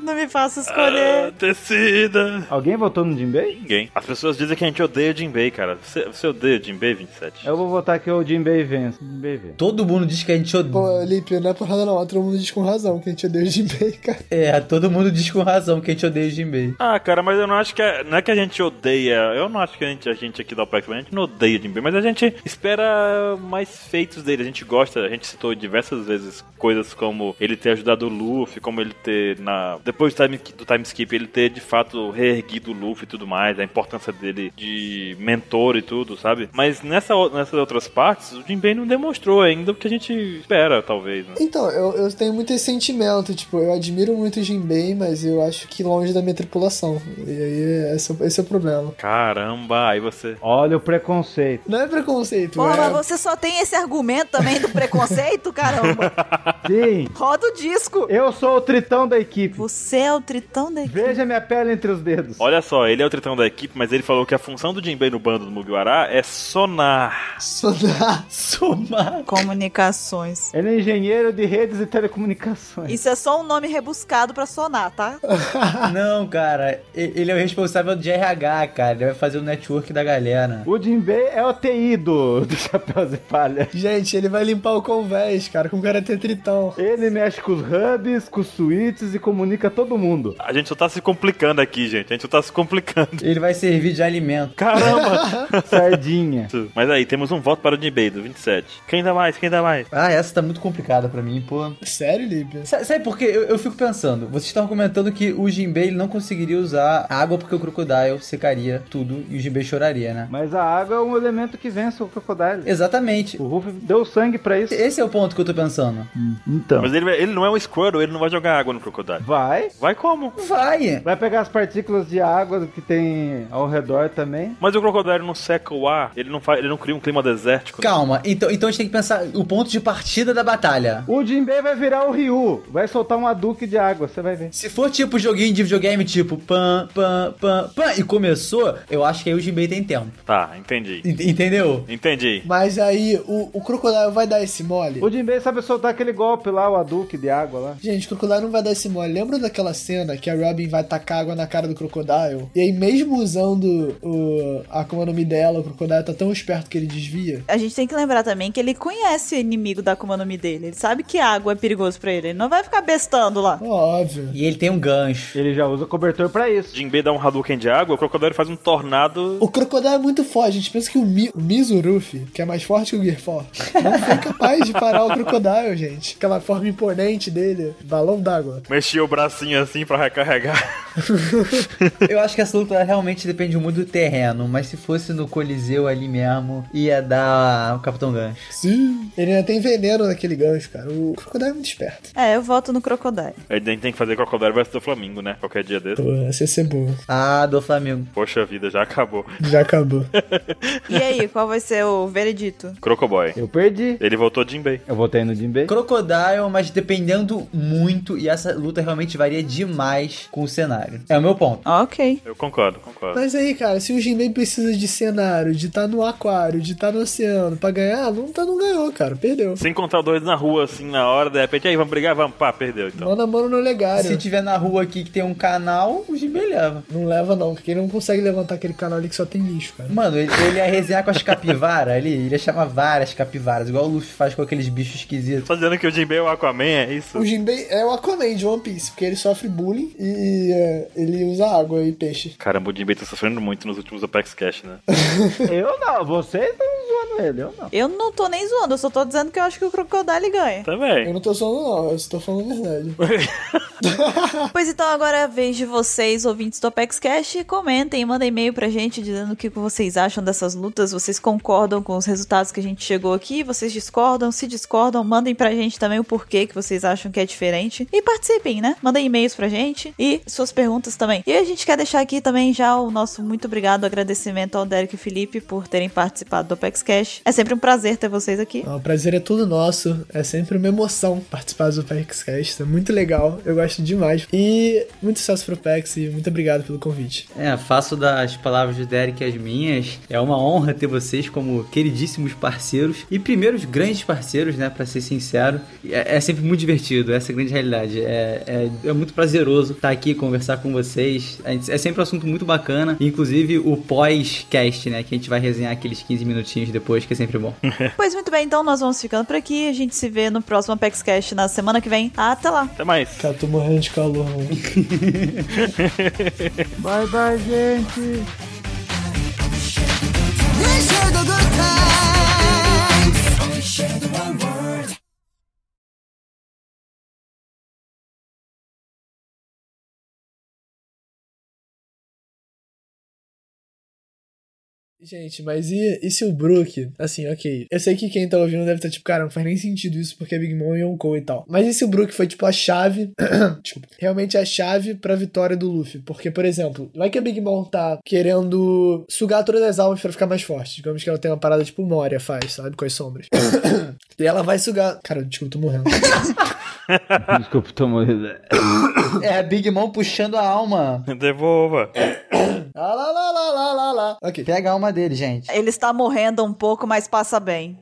Não me faça Ah, escolher. Tecida. Alguém votou no Jinbei? Ninguém. As pessoas dizem que a gente odeia o Jinbei, cara. Você, você odeia o Jinbei, 27? Eu vou votar que o Jinbei vence. Jinbei vence. Todo mundo diz que a gente odeia. Pô, Lipe, não é porrada não. Todo mundo diz com razão que a gente odeia o Jinbei, cara. É, todo mundo diz com razão que a gente odeia o Jinbei. Ah, cara, mas eu não acho que. é- não é que a gente odeia. Eu não acho que a gente, a gente aqui da OPEX, a gente não odeia o Jinbei, mas a gente espera mais feitos dele. A gente gosta, a gente citou diversas vezes coisas como ele ter ajudado o Luffy, como ele ter. na Depois do time, do time skip, ele ter de fato reerguido o Luffy e tudo mais, a importância dele de mentor e tudo, sabe? Mas nessa, o- nessas outras partes, o Jinbei não demonstrou ainda o que a gente espera, talvez, né? Então, eu, eu tenho muito esse sentimento, tipo, eu admiro muito o Jinbei, mas eu acho que longe da minha tripulação. E aí, esse, é- esse é o problema. Caramba, aí você. Olha o preconceito. Não é preconceito, Pô, é... mas você só tem esse argumento também do preconceito, caramba. Sim, Roda o disco. eu sou o tritão da equipe. Você é o tritão da equipe. Veja minha pele entre os dedos. Olha só, ele é o tritão da equipe, mas ele falou que a função do Jinbei no bando do Mugiwara é sonar. Sonar. Somar. Comunicações. Ele é engenheiro de redes e telecomunicações. Isso é só um nome rebuscado pra sonar, tá? Não, cara, e- ele é o responsável de RH, cara. Ele vai fazer o network da galera. O Jinbei é o TI do, do Chapéu de Palha. Gente, ele vai limpar o convés, cara, com o cara ter tritão. Ele mexe com os hubs, com os suítes e comunica todo mundo. A gente só tá se complicando aqui, gente. A gente só tá se complicando. Ele vai servir de alimento. Caramba! Sardinha. mas aí, temos um voto para o Jinbei do 27. Quem dá mais? Quem dá mais? Ah, essa tá muito complicada pra mim, pô. Sério, Lipe? Sa- Sabe por quê? Eu, eu fico pensando. Vocês estão argumentando que o Jinbei ele não conseguiria usar água porque o Crocodile secaria tudo e o Jinbei choraria, né? Mas a água é um elemento que vence o Crocodile. Exatamente. O Ruff deu sangue pra isso. Esse é o ponto que eu tô pensando. Então. Mas ele, ele não é um Squirtle, ele não vai jogar água no Crocodile. Vai. Vai como? Vai! Vai pegar as partículas de água que tem ao redor também. Mas o Crocodile não seca o ar, ele não, faz, ele não cria um clima desértico. Calma, então, então a gente tem que pensar o ponto de partida da batalha. O Jinbei vai virar o Ryu. Vai soltar um Hadouken de água, você vai ver. Se for tipo joguinho de videogame, tipo pam, pam, pam, pam, e começou, eu acho que aí o Jinbei tem tempo. Tá, entendi. Ent- Entendeu? Entendi. Mas aí, o, o Crocodile vai dar esse mole? O Jinbei sabe soltar aquele golpe lá, o Hadouken de água lá. Gente, o Crocodile não vai dar esse mole. Lembra daquela cena que a Robin vai tacar água na cara do Crocodile? E aí, mesmo usando o, a como é o nome dela, o Crocodile tá tão esperto que ele desvia. A gente tem que lembrar também que ele conhece o inimigo da Akuma no Mi dele. Ele sabe que água é perigoso pra ele. Ele não vai ficar bestando lá. Óbvio. E ele tem um gancho. Ele já usa o cobertor pra isso. Jinbei dá um Hadouken de água, o Crocodile faz um tornado. O Crocodile é muito forte. A gente pensa que o, Mi, o Mizurufi, que é mais forte que o Gearfor, não foi capaz de parar o Crocodile, gente. Aquela forma imponente dele. Balão d'água. Mexia o bracinho assim pra recarregar. Eu acho que essa luta realmente depende muito do terreno, mas se fosse no Coliseu ali mesmo, ia dar o Capitão Gancho. Sim. Ele ainda tem veneno naquele gancho, cara. O Crocodile é muito esperto. É, eu voto no Crocodile. A gente tem que fazer Crocodile versus do Flamengo, né? Qualquer dia desse. Pô, essa ia ser boa. Ah, do Flamengo. Poxa vida, já acabou. Já acabou. E aí, qual vai ser o veredito? Crocoboy. Eu perdi. Ele voltou Jinbei. Eu votei no Jinbei. Crocodile, mas dependendo muito, e essa luta realmente varia demais com o cenário. É o meu ponto. Ok. Eu concordo, concordo. Mas aí, cara, se o Jinbei precisa de cenário, de estar no aquário, de estar no oceano pra ganhar, não, tá, não ganhou, cara. Perdeu. Sem contar dois na rua, assim, na hora, de repente, aí, vamos brigar? Vamos, pá, perdeu, então. Mano a mano no legário. Se tiver na rua aqui que tem um canal, o Jimbei leva. Não leva, não, porque ele não consegue levantar aquele canal ali que só tem lixo, cara. Mano, ele, ele ia resenhar com as capivaras ali, ele ia chamar várias capivaras, igual o Luffy faz com aqueles bichos esquisitos. Só dizendo que o Jinbei é o Aquaman, é isso? O Jinbei é o Aquaman de One Piece, porque ele sofre bullying e é, ele usa água e peixe. Caramba, o Jinbei tá sofrendo muito nos últimos Apex Cash, né? Eu não, vocês estão zoando ele, eu não. Eu não tô nem zoando, eu só tô dizendo que eu acho que o Crocodile ganha. Eu Também. não tô zoando, não, eu estou falando a verdade. Pois então, agora é a vez de vocês, ouvintes do Apex Cash, comentem, mandem e-mail pra gente dizendo o que vocês acham dessas lutas, vocês concordam com os resultados que a gente chegou aqui, vocês discordam, se discordam, mandem pra gente também o porquê que vocês acham que é diferente e participem, né? Mandem e-mails pra gente e suas perguntas também. E a gente quer deixar aqui também já o nosso muito obrigado, agradecimento ao Derek e Felipe por terem participado do Apex Cash. É sempre um prazer ter vocês aqui. Ah, o prazer é todo nosso. É sempre uma emoção participar do PEXcast. É muito legal. Eu gosto demais. E muito sucesso pro PEX e muito obrigado pelo convite. É, faço das palavras do Derek as minhas. É uma honra ter vocês como queridíssimos parceiros e primeiros grandes parceiros, né? Pra ser sincero, E é, é sempre muito divertido. Essa é a grande realidade. É, é, é muito prazeroso estar aqui conversar com vocês. A gente- É sempre um assunto muito bacana, inclusive o pós-cast, né? Que a gente vai resenhar aqueles 15 minutinhos depois, que é sempre bom. Pois muito bem, então nós vamos ficando por aqui. A gente se vê no próximo Apex Cash na semana que vem. Até lá! Até mais. Cara, tô morrendo de calor, mano. Bye, bye, gente. Gente, mas e, e se o Brook, assim, ok. Eu sei que quem tá ouvindo deve estar tipo, cara, não faz nem sentido isso porque é Big Mom e Yonkou e tal. Mas e se o Brook foi tipo a chave, desculpa, realmente é a chave pra vitória do Luffy? Porque, por exemplo, vai que a Big Mom tá querendo sugar todas as almas pra ficar mais forte. Digamos que ela tem uma parada tipo Moria faz, sabe? Com as sombras. e ela vai sugar. Cara, desculpa, tô morrendo. Desculpa, tô morrendo. É a Big Mom puxando a alma. Devolva. Ah, lá, lá, lá, lá, lá, lá. Ok. Pega a alma dele, gente. Ele está morrendo um pouco, mas passa bem.